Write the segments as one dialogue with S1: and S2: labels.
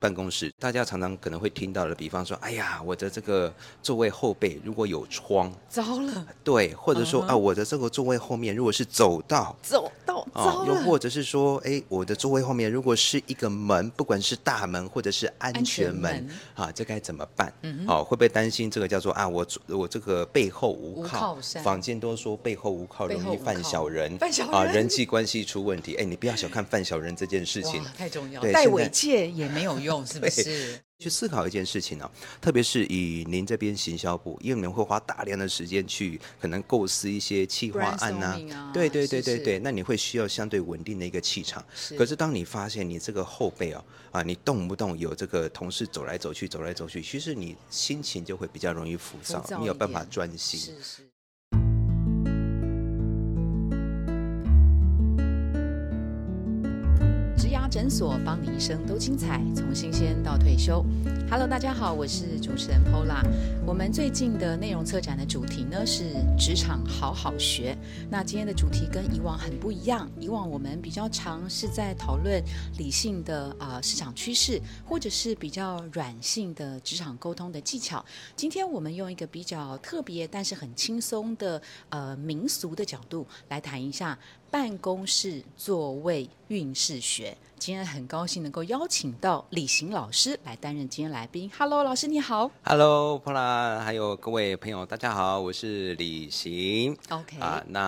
S1: 办公室，大家常常可能会听到的，比方说，哎呀，我的这个座位后背如果有窗，
S2: 糟了，
S1: 对，或者说、
S2: 嗯哼
S1: 啊，我的这个座位后面如果是走道。
S2: 走到
S1: 啊
S2: 糟，
S1: 又
S2: 了，
S1: 或者是说，哎，我的座位后面如果是一个门，不管是大门或者是安全门，
S2: 安全门
S1: 啊，这该怎么办？嗯、哦，会不会担心这个叫做啊，我我这个背后无
S2: 无
S1: 靠？
S2: 靠山
S1: 坊间都说背后无靠
S2: 背后
S1: 容易
S2: 无
S1: 犯
S2: 靠
S1: 小人，
S2: 犯小
S1: 啊，
S2: 人
S1: 人际关系出问题。哎，你不要小看犯小人这件事情
S2: 哇，，太重要，
S1: 对
S2: 戴
S1: 现在
S2: 尾戒也没有用，是不是？
S1: 去思考一件事情啊，特别是以您这边行销部，因为你们会花大量的时间去可能构思一些企划案呐、
S2: Brainstorming 啊
S1: 对对对对
S2: 是
S1: 对，那你会需要相对稳定的一个气场。
S2: 是
S1: 可是当你发现你这个后背哦，啊，你动不动有这个同事走来走去，走来走去，其实你心情就会比较容易浮躁，
S2: 浮躁
S1: 没有
S2: 一
S1: 办法
S2: 点
S1: 专心。
S2: 是是。植牙诊所帮你一生都精彩，从新鲜到退休。Hello，大家好，我是主持人 Pola。我们最近的内容策展的主题呢是职场好好学。那今天的主题跟以往很不一样，以往我们比较常是在讨论理性的啊、呃市场趋势，或者是比较软性的职场沟通的技巧。今天我们用一个比较特别但是很轻松的呃民俗的角度来谈一下办公室座位运势学。今天很高兴能够邀请到李行老师来担任今天来宾。Hello，老师你好。
S1: Hello，普拉，还有各位朋友，大家好，我是李行。
S2: OK
S1: 啊，那、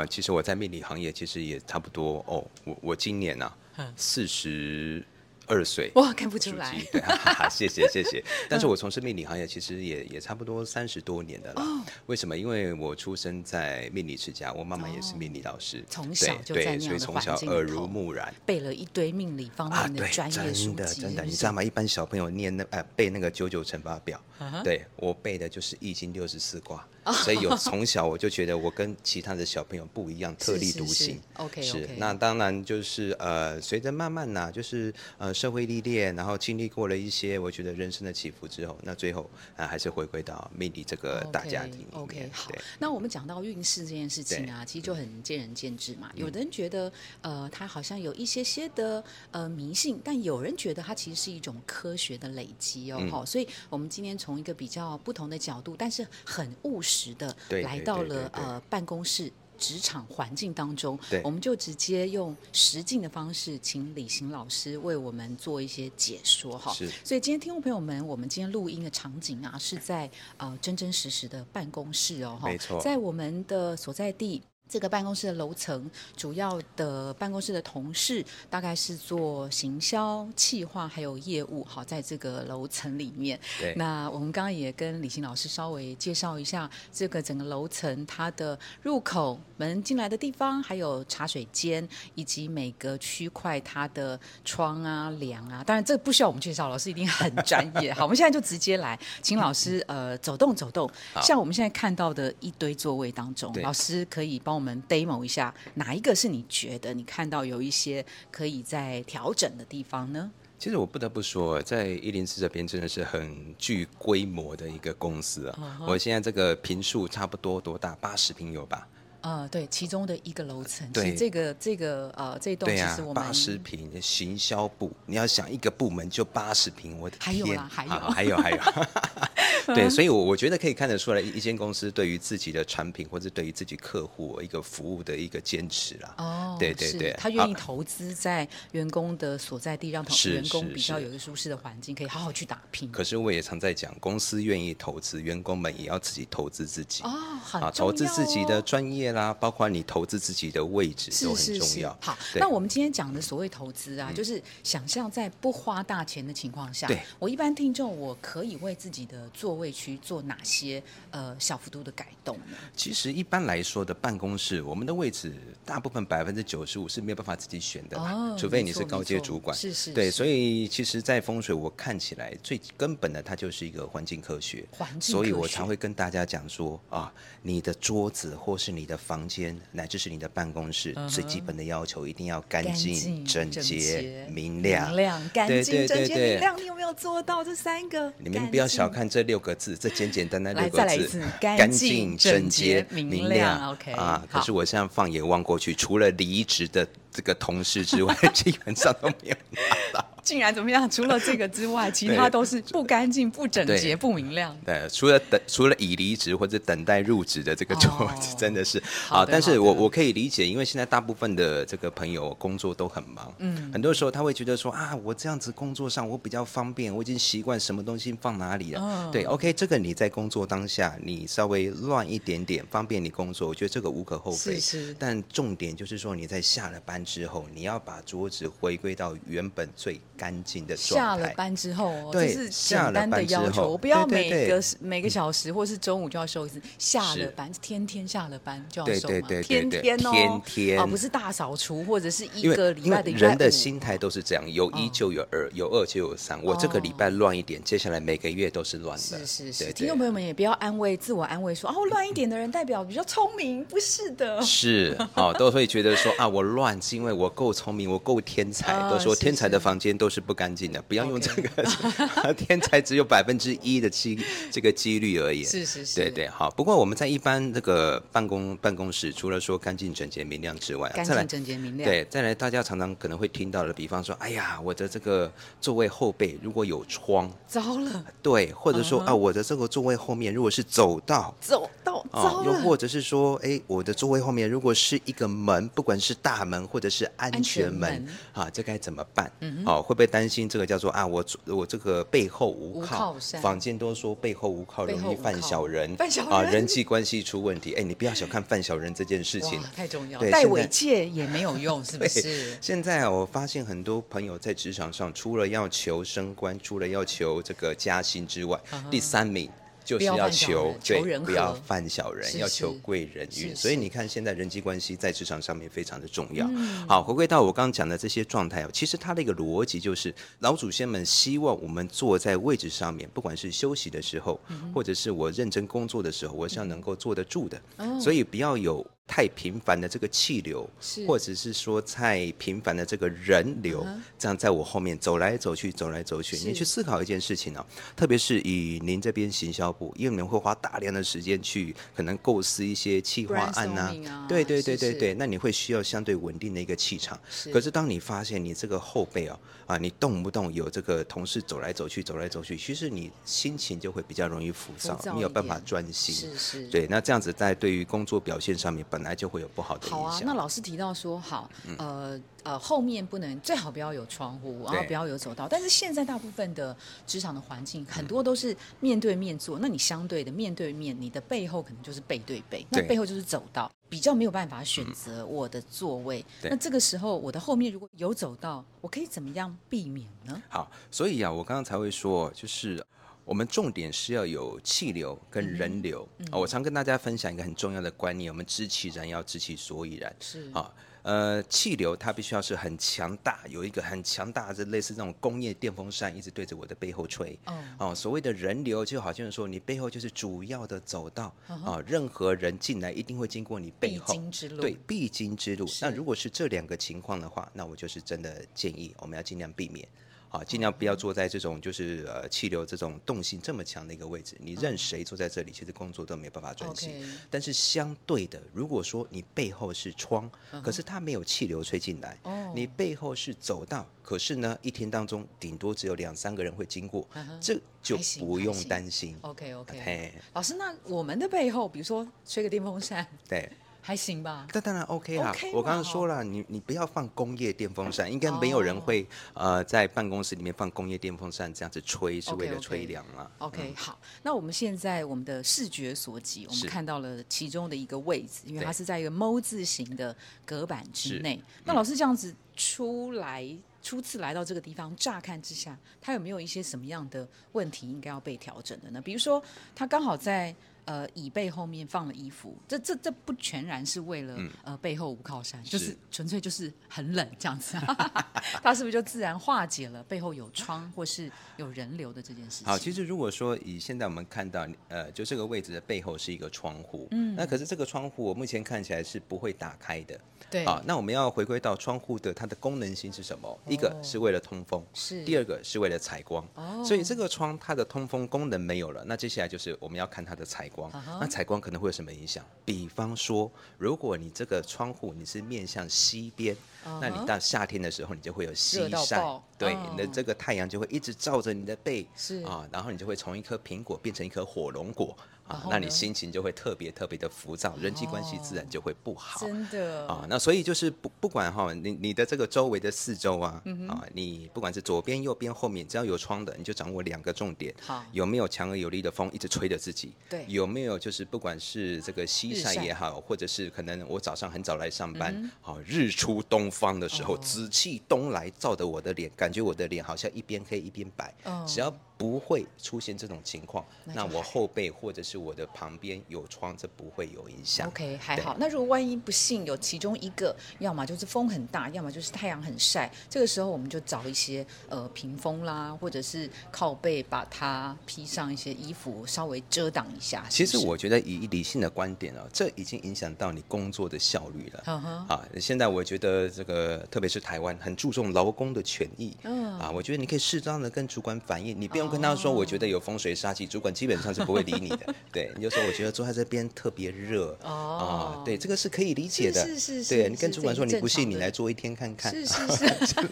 S1: 呃其实我在命理行业其实也差不多哦。我我今年呢、啊，四十二岁。
S2: 哇，看不嗯出来嗯
S1: 属鸡，对，哈哈哈谢谢谢 谢。但是我从事命理行业其实也也差不多三十多年的了。
S2: 哦
S1: 为什么？因为我出生在命理世家，我妈妈也是命理老师，
S2: 哦从
S1: 对
S2: 小就在
S1: 对，所
S2: 那
S1: 以
S2: 样的
S1: 从
S2: 环
S1: 小
S2: 境里
S1: 耳濡
S2: 头
S1: 目染。
S2: 背了一堆命理方
S1: 啊，
S2: 面哦的
S1: 对，
S2: 专业书
S1: 真的
S2: 籍，
S1: 真的，
S2: 是不
S1: 你
S2: 是啊
S1: 知道吗？一般小朋友念那呃背那个九九乘法表，对我背的就是易经六十四 卦，
S2: 哦
S1: 所以有从小我就觉得我跟其他的小朋友不 一样，特
S2: 是
S1: 立
S2: 是
S1: 独
S2: 是
S1: 行。
S2: OK，OK
S1: 是那当然就是呃，随着慢慢呐、就是呃社会历练，然后经历过了一些我觉得人生的起伏之后，那最后啊、还是回归到命理这个大家庭里面。
S2: 哦 OK，, o k 好
S1: 对。
S2: 那我们讲到运势这件事情啊，其实就很见仁见智
S1: 嗯
S2: 嘛。有的人觉得，呃，它好像有一些些的呃迷信，但有人觉得它其实是一种科学的累积
S1: 嗯
S2: 哦。好、所以我们今天从一个比较不同的角度，但是很务实的
S1: 对
S2: 来
S1: 对
S2: 到
S1: 对
S2: 了
S1: 对对
S2: 呃办公室。职场环境当中
S1: 对，
S2: 我们就直接用实境的方式，请李行老师为我们做一些解说哈。
S1: 是
S2: 所以今天听众朋友们，我们今天录音的场景啊，是在呃真真实实的办公室哦，哈
S1: 没错
S2: 在我们的所在地。这个办公室的楼层，主要的办公室的同事大概是做行销、企划还有业务，好，在这个楼层里面。
S1: 对
S2: 那我们刚刚也跟李行老师稍微介绍一下这个整个楼层它的入口、门进来的地方，还有茶水间，以及每个区块它的窗啊、梁啊。当然，这不需要我们介绍，老师一定很专 业。好，我们现在就直接来，请老师呃走动走动。像我们现在看到的一堆座位当中，
S1: 对
S2: 老师可以帮我们 demo 一下，哪一个是你觉得你看到有一些可以在调整的地方呢？
S1: 其实我不得不说，在一零四这边真的是很具规模的一个公司啊。
S2: 嗯
S1: 我现在这个平数差不多多大？八十平有吧？
S2: 呃，对，其中的一个楼层，其
S1: 对
S2: 实这个这个呃这一栋
S1: 对
S2: 其
S1: 呀、
S2: 实我们
S1: 八十平行销部，你要想一个部门就八十平，我的
S2: 还有
S1: 天啊
S2: 啦还有
S1: 好还有 还有，对，所以我我觉得可以看得出来，一一间公司对于自己的产品或者对于自己客户一个服务的一个坚持啦。
S2: 哦，
S1: 对对
S2: 是
S1: 对啊
S2: 他愿意投资在员工的所在地，让同
S1: 是
S2: 员工
S1: 是
S2: 比较
S1: 是
S2: 有一个舒适的环境，可以好好去打拼。
S1: 可是我也常在讲，公司愿意投资，员工们也要自己投资自己。
S2: 哦，很
S1: 啊，
S2: 重
S1: 投资
S2: 要
S1: 自己的
S2: 哦
S1: 专业啦，包括你投资自己的位置
S2: 是
S1: 都
S2: 是
S1: 很重
S2: 是
S1: 要。，
S2: 好，
S1: 对嗯
S2: 那我们今天讲的所谓投资啊，就是想象在不花大钱的情况下
S1: 对，
S2: 我一般听众我可以为自己的座位区做哪些呃小幅度的改动呢？
S1: 其实一般来说的办公室，我们的位置大部分百分之九十五是没有办法自己选的啦，
S2: 哦
S1: 呃除非
S2: 没
S1: 你是
S2: 错
S1: 高
S2: 没
S1: 阶
S2: 错
S1: 主管。
S2: 是是
S1: 对，
S2: 是
S1: 所以其实，在风水我看起来最根本的，它就是一个环境科学。
S2: 环境
S1: 所以
S2: 科
S1: 我
S2: 学
S1: 才会跟大家讲说啊，你的桌子或是你的房间，乃至是你的办公室，最基本的要求一定要干
S2: 嗯干
S1: 净、整洁
S2: 洁、、
S1: 明亮。
S2: 明亮、干
S1: 对
S2: 净、
S1: 对
S2: 整
S1: 对
S2: 洁、
S1: 对
S2: 明亮。你有没有做到这三个？
S1: 你们不要小
S2: 干净
S1: 看这六个字，这简简单单
S2: 来
S1: 六
S2: 再
S1: 个
S2: 来一
S1: 字
S2: 次，干净
S1: 整
S2: 整洁
S1: 洁、
S2: 明亮
S1: 亮。
S2: OK，
S1: 啊，可
S2: 好
S1: 是我现在放眼望过去，除了离职的这个同事之外， 基本上都没有拿到。
S2: 竟然怎么样？除了这个之外，其他都是不干净、不整洁、不明亮。
S1: 对，除了等，除了已离职或者等待入职的这个桌子，
S2: 哦
S1: 真的是
S2: 好的
S1: 但是我
S2: 好的
S1: 我可以理解，因为现在大部分的这个朋友工作都很忙，嗯，很多时候他会觉得说啊，我这样子工作上我比较方便，我已经习惯什么东西放哪里了。
S2: 嗯
S1: 对，OK，这个你在工作当下你稍微乱一点点，方便你工作，我觉得这个无可厚非。
S2: 是是
S1: 但重点就是说，你在下了班之后，你要把桌子回归到原本最干净的状态。
S2: 下了班之后哦，这
S1: 对
S2: 是
S1: 下
S2: 简
S1: 了
S2: 单的
S1: 班之
S2: 要求，
S1: 后
S2: 我不要
S1: 对
S2: 每
S1: 对
S2: 个
S1: 对
S2: 每个小时或是中午就要收一次。下了
S1: 是
S2: 班，天天下了班就要
S1: 对
S2: 收
S1: 对
S2: 嘛，
S1: 对对
S2: 天
S1: 对
S2: 天哦，
S1: 天天
S2: 啊，不是大扫除或者是一
S1: 因
S2: 个
S1: 为
S2: 礼
S1: 因
S2: 拜
S1: 为
S2: 的礼拜
S1: 人的
S2: 五
S1: 心态都是这样，有一
S2: 嗯
S1: 就有二，有二就有三。我这个礼拜乱一点，接下来每个月都是乱的。
S2: 是是
S1: 对
S2: 是，
S1: 对
S2: 听众朋友们也不要安慰自我安慰说哦，乱一点的人代表比较聪明，不是 的。
S1: 是哦，都会觉得说啊，我乱是因为我够聪明，我够天才。
S2: 啊
S1: 都说
S2: 是
S1: 天才的
S2: 是
S1: 房间都是不干净的，不要用
S2: OK
S1: 这个， 天才只有百分之一的机这个几率而已。
S2: 是是是
S1: 对对，好。不过我们在一般这个办公办公室，除了说干净、整洁、明亮之外，
S2: 干
S1: 再来
S2: 净、整洁、明亮。
S1: 对，再来大家常常可能会听到的，比方说，哎呀，我的这个座位后背如果有窗，
S2: 糟了，
S1: 对，或者说、
S2: 嗯哼
S1: 啊，我的这个座位后面如果是走道。
S2: 走到
S1: 啊
S2: 糟，
S1: 又
S2: 了，
S1: 或者是说，哎，我的座位后面如果是一个门，不管是大门或者是安全门，
S2: 安全门
S1: 啊，这该怎么办？嗯、哦，会不会担心这个叫做啊，我我这个背后无
S2: 无
S1: 靠？
S2: 靠山
S1: 坊间都说背后无靠
S2: 背后
S1: 容易
S2: 无
S1: 犯
S2: 靠
S1: 小人，
S2: 犯小
S1: 啊，
S2: 人
S1: 人际关系出问题。哎，你不要小看犯小人这件事情
S2: 哇，，太重要，
S1: 对
S2: 戴
S1: 现在
S2: 尾戒也没有用，是不
S1: 对
S2: 是？
S1: 现在啊我发现很多朋友在职场上，除了要求升官，除了要求这个加薪之外，第三名。就是
S2: 啊不
S1: 要
S2: 要犯小
S1: 求
S2: 人
S1: 对
S2: 求人和
S1: 不要犯小人，
S2: 是
S1: 要
S2: 是
S1: 求贵人
S2: 是
S1: 运。
S2: 是
S1: 所以你看，现在人际关系在职场上面非常的重要。
S2: 嗯
S1: 好，回归到我刚刚讲的这些状态哦，其实它的一个逻辑就是，老祖先们希望我们坐在位置上面，不管是休息的时候，
S2: 嗯
S1: 或者是我认真工作的时候，我是要能够坐得住的。
S2: 哦
S1: 所以不要有太频繁的这个气流，
S2: 是嗯
S1: 或者是说太频繁的这个人流，这样在我后面走来走去，走来走去。
S2: 是
S1: 你去思考一件事情哦，特别是以您这边行销部，因为你们会花大量的时间去可能构思一些企划案呐、
S2: Brainstorming 啊
S1: 对对对
S2: 是
S1: 对
S2: 是
S1: 对，那你会需要相对稳定的一个气场。可是当你发现你这个后背哦，啊，你动不动有这个同事走来走去，走来走去，其实你心情就会比较容易浮躁，
S2: 浮躁
S1: 没有
S2: 一
S1: 办法
S2: 点
S1: 专心。
S2: 是是，
S1: 对，那这样子在对于工作表现上面本来就会有不好的影响。嗯
S2: 好啊，那老师提到说，好，呃呃，后面不能最好不要有窗户，然后
S1: 对嗯
S2: 不要有走道。但是现在大部分的职场的环境，很多都是面对面坐，那你相对的面对面，你的背后可能就是背对背，那
S1: 对嗯
S2: 背后就是走道，比较没有办法选择我的座位。
S1: 对
S2: 那这个时候，我的后面如果有走道，我可以怎么样避免呢？
S1: 好，所以啊，我刚刚才会说，就是我们重点是要有气流跟人流、
S2: 嗯
S1: 啊。我常跟大家分享一个很重要的观念，我们知其然，要知其所以然。
S2: 是
S1: 啊，呃，气流它必须要是很强大，有一个很强大的类似那种工业电风扇一直对着我的背后吹。
S2: 哦
S1: 哦，所谓的人流就好像说你背后就是主要的走道啊，任何人进来一定会经过你背
S2: 嗯必
S1: 后。
S2: 经之路，
S1: 对，必经之路。那
S2: 是
S1: 如果是这两个情况的话，那我就是真的建议我们要尽量避免。啊，尽量不要坐在这种就是呃气流这种动性这么强的一个位置。你任谁坐在这里，其实工作都没有办法专心。
S2: 嗯 OK
S1: 但是相对的，如果说你背后是窗，可是它没有气流吹进来，
S2: 嗯哦
S1: 你背后是走道，可是呢一天当中顶多只有两三个人会经过，
S2: 嗯
S1: 这就
S2: 还行
S1: 不
S2: 还
S1: 用
S2: 行
S1: 担心。
S2: OK OK。
S1: 嘿，
S2: 老师，那我们的背后，比如说吹个电风扇，
S1: 对。
S2: 还行吧？
S1: 这当然 OK 啦
S2: OK
S1: 我刚
S2: 嘛
S1: 刚说了，你你不要放工业电风扇，应该没有
S2: 哦
S1: 人会、呃在办公室里面放工业电风扇这样子吹，是为了
S2: OK，OK
S1: 吹凉啊啦。
S2: OK，、好，那我们现在我们的视觉所及，我们
S1: 嗯是
S2: 看到了其中的一个位置，因为它
S1: 对
S2: 是在一个 “mo” 字形的隔板之
S1: 是嗯
S2: 内。那老师这样子出来，初次来到这个地方，乍看之下，它有没有一些什么样的问题应该要被调整的呢？比如说，它刚好在。呃，椅背后面放了衣服，这这这不全然是为了、
S1: 嗯
S2: 呃背后无靠山，就是
S1: 是
S2: 纯粹就是很冷这样子， 它是不是就自然化解了背后有窗或是有人流的这件事情？
S1: 好，其实如果说以现在我们看到，呃，就这个位置的背后是一个窗户，嗯，那可是这个窗户我目前看起来是不会打开的，
S2: 对哦
S1: 好，那我们要回归到窗户的它的功能性是什么？一个是为了通风，
S2: 是
S1: 第二个是为了采光，
S2: 哦
S1: 所以这个窗它的通风功能没有了，那接下来就是我们要看它的采光。
S2: 啊哈
S1: 那采光可能会有什么影响？比方说，如果你这个窗户你是面向西边
S2: 啊哈
S1: 那你到夏天的时候，你就会有西
S2: 热到
S1: 晒
S2: 爆，
S1: 对，
S2: 哦
S1: 你的这个太阳就会一直照着你的背，
S2: 是
S1: 啊，然后你就会从一颗苹果变成一颗火龙果
S2: 然
S1: 啊
S2: 后，
S1: 那
S2: 呢
S1: 你心情就会特别特别的浮躁，人际关系自
S2: 哦
S1: 然就会不好。
S2: 真的
S1: 啊，那所以就是不不管哈、你你的这个周围的四周啊，
S2: 嗯
S1: 啊，你不管是左边、右边、后面，只要有窗的，你就掌握两个重点。
S2: 好
S1: 有没有强而有力的风一直吹着自己？
S2: 对
S1: 有没有就是不管是这个西
S2: 日
S1: 晒
S2: 晒嗯
S1: 也好，或者是可能我早上很早来上班，好、日出东方的时候，
S2: 哦
S1: 紫气东来照着我的脸，感觉我的脸好像一边黑一边白。
S2: 哦
S1: 只要不会出现这种情况，
S2: 那
S1: 那
S2: 就
S1: 我
S2: 还
S1: 后背或者是我的旁边有窗，这不会有影响。
S2: OK，还
S1: 对
S2: 好。那如果万一不幸有其中一个，要么就是风很大，要么就是太阳很晒，这个时候我们就找一些呃屏风啦，或者是靠背，把它披上一些衣服，稍微遮挡一下。
S1: 其
S2: 是
S1: 实
S2: 不是，
S1: 我觉得以理性的观点哦，这已经影响到你工作的效率了。
S2: 嗯哼，
S1: 啊，现在我觉得这个，特别是台湾很注重劳工的权益，
S2: 嗯
S1: 啊，我觉得你可以适当的跟主管反映，你不用跟他说，我觉得有风水杀气，主管基本上是不会理你 的，对，你就说我觉得坐在这边特别热，
S2: 哦
S1: 啊，对，这个是可以理解的，
S2: 是是是
S1: 对
S2: 是
S1: 你跟
S2: 是
S1: 主管
S2: 这
S1: 说，
S2: 是
S1: 你不
S2: 正
S1: 信
S2: 常
S1: 你
S2: 的
S1: 来做一天看看，
S2: 是是 是，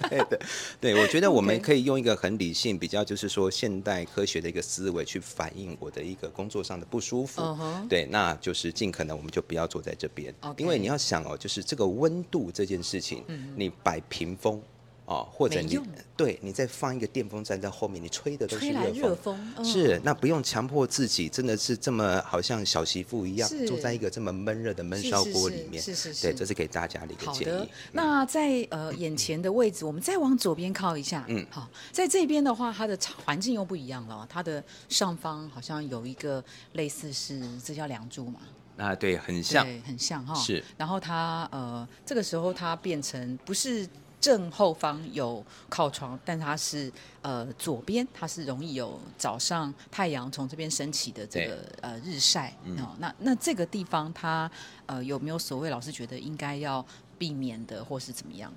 S1: 对，我觉得我们
S2: OK
S1: 可以用一个很理性、比较就是说现代科学的一个思维去反映我的一个工作上的不舒服。
S2: 嗯哼
S1: 对，那就是尽可能我们就不要坐在这边
S2: OK 嗯
S1: 因为你要想哦，就是这个温度这件事情，你摆屏风。哦，或者
S2: 没
S1: 你
S2: 用
S1: 对你再放一个电风扇在后面，你吹的都是
S2: 吹来热
S1: 热
S2: 风嗯
S1: 是那不用强迫自己，真的是这么好像小媳妇一样
S2: 是，
S1: 坐在一个这么闷热的闷
S2: 是
S1: 烧
S2: 是
S1: 锅
S2: 是
S1: 里面，
S2: 是是
S1: 对，
S2: 是
S1: 这是给大家的一个
S2: 好
S1: 建
S2: 的
S1: 议。，嗯
S2: 那在呃眼前的位置，我们再往左边靠一下。嗯，好，在这边的话，它的环境又不一样了哦。它的上方好像有一个类似是，这叫梁柱嘛，
S1: 那对，很像
S2: 对，很像哈。
S1: 是。
S2: 然后它呃，这个时候它变成不是正后方有靠窗，但它是呃左边，它是容易有早上太阳从这边升起的这
S1: 对嗯
S2: 个呃日晒。哦，那那这个地方它呃有没有所谓老师觉得应该要避免的，或是怎么样？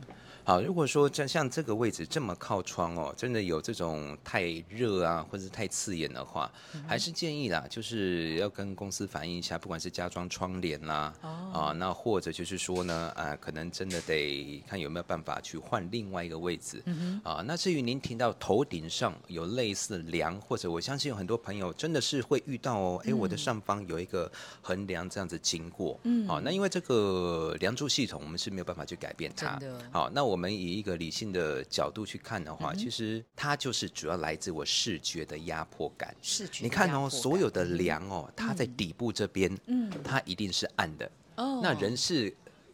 S1: 好，如果说像像这个位置这么靠窗哦，真的有这种太热啊，或者是太刺眼的话，
S2: 嗯
S1: 还是建议啦，就是要跟公司反映一下，不管是加装窗帘啦，
S2: 哦
S1: 啊，那或者就是说呢，啊，可能真的得看有没有办法去换另外一个位置，
S2: 嗯
S1: 啊，那至于您听到头顶上有类似梁，或者我相信有很多朋友真的是会遇到哦，哎，
S2: 嗯
S1: 我的上方有一个横梁这样子经过，嗯，好，那因为这个梁柱系统我们是没有办法去改变它
S2: 真的，
S1: 好，那我们以一个理性的角度去看的
S2: 嗯
S1: 话，其实它就是主要来自我视觉的压迫感。
S2: 视觉
S1: 你
S2: 的
S1: 看
S2: 压迫
S1: 哦，所
S2: 感嗯
S1: 有的梁哦，它在底部这边，嗯，它一定是暗的。
S2: 哦
S1: 那人是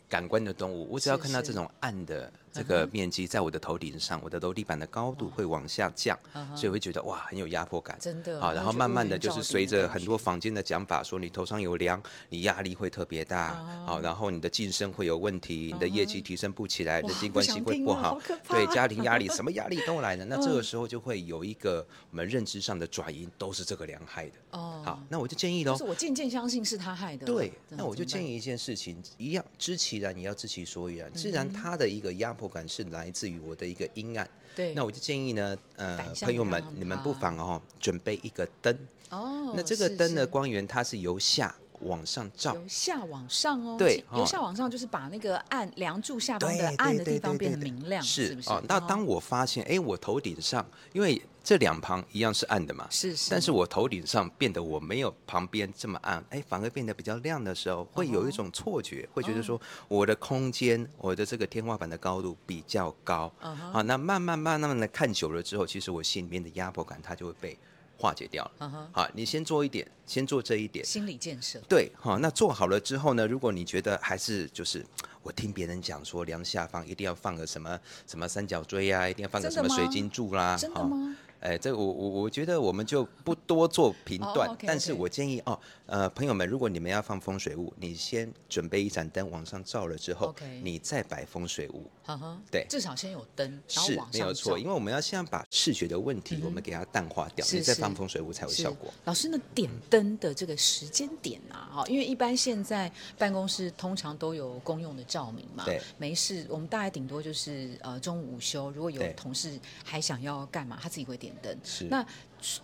S1: 感官的动物，我只要
S2: 是
S1: 看到
S2: 是嗯
S1: 这种暗的这个面积在我的头顶上，我的楼地板的高度
S2: 哦
S1: 会往下降，
S2: 嗯
S1: 所以会觉得哇很有压迫感。
S2: 真的
S1: 好，
S2: 然
S1: 然
S2: 后
S1: 后
S2: 就
S1: 慢慢
S2: 乌
S1: 的
S2: 云
S1: 就
S2: 罩
S1: 是
S2: 顶
S1: 随
S2: 的
S1: 着
S2: 感
S1: 很
S2: 觉
S1: 多房间的讲法说，你头上有梁，你压力会特别大，
S2: 哦
S1: 好，然后你的晋升会有问题，你的业绩提升不起来，人
S2: 哇
S1: 际
S2: 不
S1: 关
S2: 想
S1: 系会
S2: 听
S1: 不
S2: 了好
S1: 好
S2: 可，
S1: 对
S2: 怕嗯
S1: 家庭 压力什么压力都来了。那这个时候就会有一个我们认知上的转移，都是这个梁害的。
S2: 哦，
S1: 好，那我就建议喽
S2: 就是，我渐渐相信是他害的嗯了。
S1: 对，
S2: 那
S1: 那我就
S2: 怎么办
S1: 建议一件事情，一样知其然，也要知其所以然。既
S2: 嗯
S1: 然他的一个压迫感是来自于我的一个阴暗，
S2: 对，
S1: 那我就建议呢，呃
S2: 反，向
S1: 朋友
S2: 让
S1: 们，
S2: 它
S1: 你们不妨哦，准备一个灯。
S2: 哦，
S1: 那这个灯的
S2: 是是
S1: 光源它是由下往上照，
S2: 由下往上哦，
S1: 哦对
S2: 其
S1: 哦
S2: 由下往上就是把那个暗梁柱下方
S1: 对
S2: 的
S1: 对
S2: 暗的
S1: 对
S2: 地方
S1: 对
S2: 变得
S1: 对对
S2: 明亮，是不是？
S1: 哦。那当我发现，哎，我头顶上，因为这两旁一样是暗的嘛，
S2: 是是，
S1: 但是我头顶上变得我没有旁边这么暗，哎，反而变得比较亮的时候，会有一
S2: 哦
S1: 种错觉，会觉得说我的空间，我的这个天花板的高度比较高。
S2: 嗯哼
S1: 好，那慢慢慢慢的看久了之后，其实我心里面的压迫感它就会被化解掉了。
S2: 嗯哼
S1: 好，你先做一点，先做这一点。
S2: 心理建设
S1: 对，好，那做好了之后呢？如果你觉得还是就是，我听别人讲说，梁下方一定要放个什么什么三角锥啊，一定要放个
S2: 真
S1: 什
S2: 的
S1: 么水
S2: 吗
S1: 晶柱啦、
S2: 真的
S1: 哈
S2: 吗？
S1: 哎，这我我我觉得我们就不多做评断，
S2: 哦，OK，OK
S1: 但是我建议哦，呃，朋友们，如果你们要放风水屋，你先准备一盏灯往上照了之后
S2: OK
S1: 你再摆风水屋，
S2: 哈哈，
S1: 对
S2: 至少先有灯，然后
S1: 是
S2: 往
S1: 没有
S2: 上
S1: 错，
S2: 照嗯
S1: 因为我们要先把视觉的问题，我们给它淡化掉，
S2: 是
S1: 你再
S2: 是
S1: 放风水屋才有
S2: 是
S1: 效果。
S2: 老师，那点灯的这个时间点啊，哈，因为一般现在办公室通常都有公用的照明嘛，
S1: 对，
S2: 没事，我们大概顶多就是呃中午午休，如果有
S1: 对
S2: 同事还想要干嘛，他自己会点灯。
S1: 是
S2: 那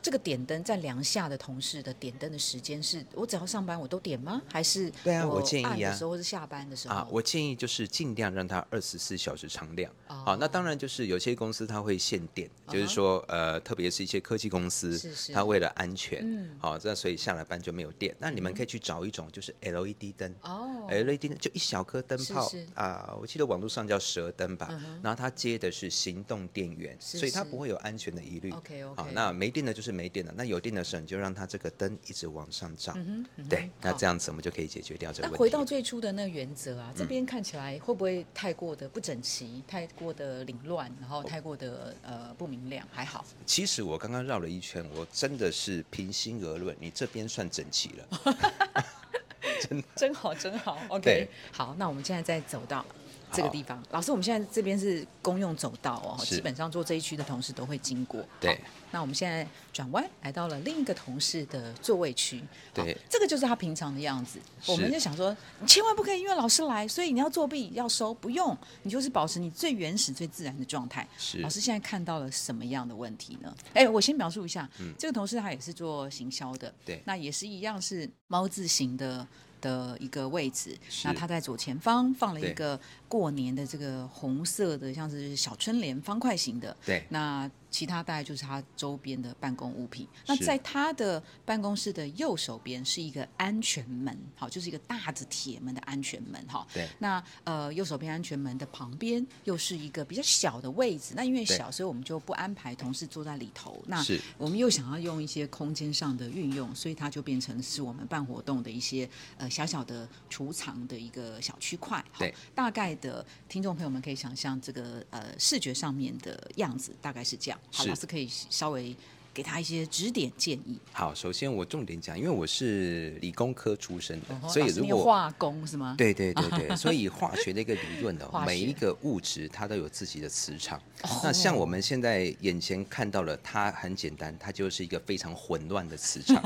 S2: 这个点灯在梁下的同事的点灯的时间是，我只要上班我都点吗？还是
S1: 对啊
S2: 我
S1: 我建议啊
S2: 按的时候或是下班的时候
S1: 啊，我建议就是尽量让它二十四小时常亮。
S2: 哦嗯
S1: 好，那当然就是有些公司它会限电，就是说呃，特别是一些科技公司，
S2: 是嗯是
S1: 它为了安全，好，这所以下了班就没有电。那你们可以去找一种就是 LED 灯。
S2: 嗯哦
S1: LED 灯就一小颗灯泡
S2: 是是嗯
S1: 啊，我记得网络上叫蛇灯吧，然后它接的是行动电源，
S2: 是
S1: 所以它
S2: 是
S1: 不会有安全的疑虑。
S2: OK，OK
S1: 好，那没电的就是没电的，那有电的时候你就让它这个灯一直往上涨，对，那
S2: 嗯好
S1: 这样子我们就可以解决掉这个
S2: 那
S1: 问题。嗯
S2: 回到最初的那个原则啊，这边看起来会不会太过的不整齐、太过的凌乱，然
S1: 哦
S2: 后太过的呃不明亮？还好，
S1: 其实我刚刚绕了一圈，我真的是平心而论，你这边算整齐
S2: 哦
S1: 了。
S2: 真好，真 好。OK，
S1: 对
S2: 好，那我们现在再走到这个地方。老师，我们现在这边是公用走道哦，
S1: 是
S2: 基本上做这一区的同事都会经过。
S1: 对
S2: 好，那我们现在转弯来到了另一个同事的座位区。好
S1: 对
S2: 这个就是他平常的样子。我们
S1: 是
S2: 就想说，你千万不可以因为老师来，所以你要作弊要收，不用，你就是保持你最原始、最自然的状态。
S1: 是
S2: 老师现在看到了什么样的问题呢？哎，我先描述一下，这个同事他也是做行销的，
S1: 嗯对
S2: 那也是一样是猫字形的。的一个位置，
S1: 是
S2: 那他在左前方放了一
S1: 对
S2: 个过年的这个红色的，像是小春联方块型的。
S1: 对
S2: 那其他大概就是他周边的办公物品。那
S1: 是
S2: 在他的办公室的右手边是一个安全门，好，就是一个大的铁门的安全门，哈。
S1: 对
S2: 那呃，右手边安全门的旁边又是一个比较小的位置，那因为
S1: 对
S2: 小，所以我们就不安排同事坐在里头。那
S1: 是
S2: 我们又想要用一些空间上的运用，所以它就变成是我们办活动的一些呃小小的储藏的一个小区块。好
S1: 对，
S2: 大概的听众朋友们可以想象这个呃视觉上面的样子大概是这样。好，
S1: 是
S2: 老师可以稍微给他一些指点建议。
S1: 好，首先我重点讲，因为我是理工科出身的，所
S2: 哦老
S1: 以
S2: 师
S1: 如
S2: 你有
S1: 果
S2: 化工是吗？
S1: 对对对 对，所以化学的一个理论
S2: 化
S1: 哦，
S2: 学哦
S1: 每一个物质它都有自己的磁场。那像我们现在眼前看到了，它很简单，它就是一个非常混乱的磁 场。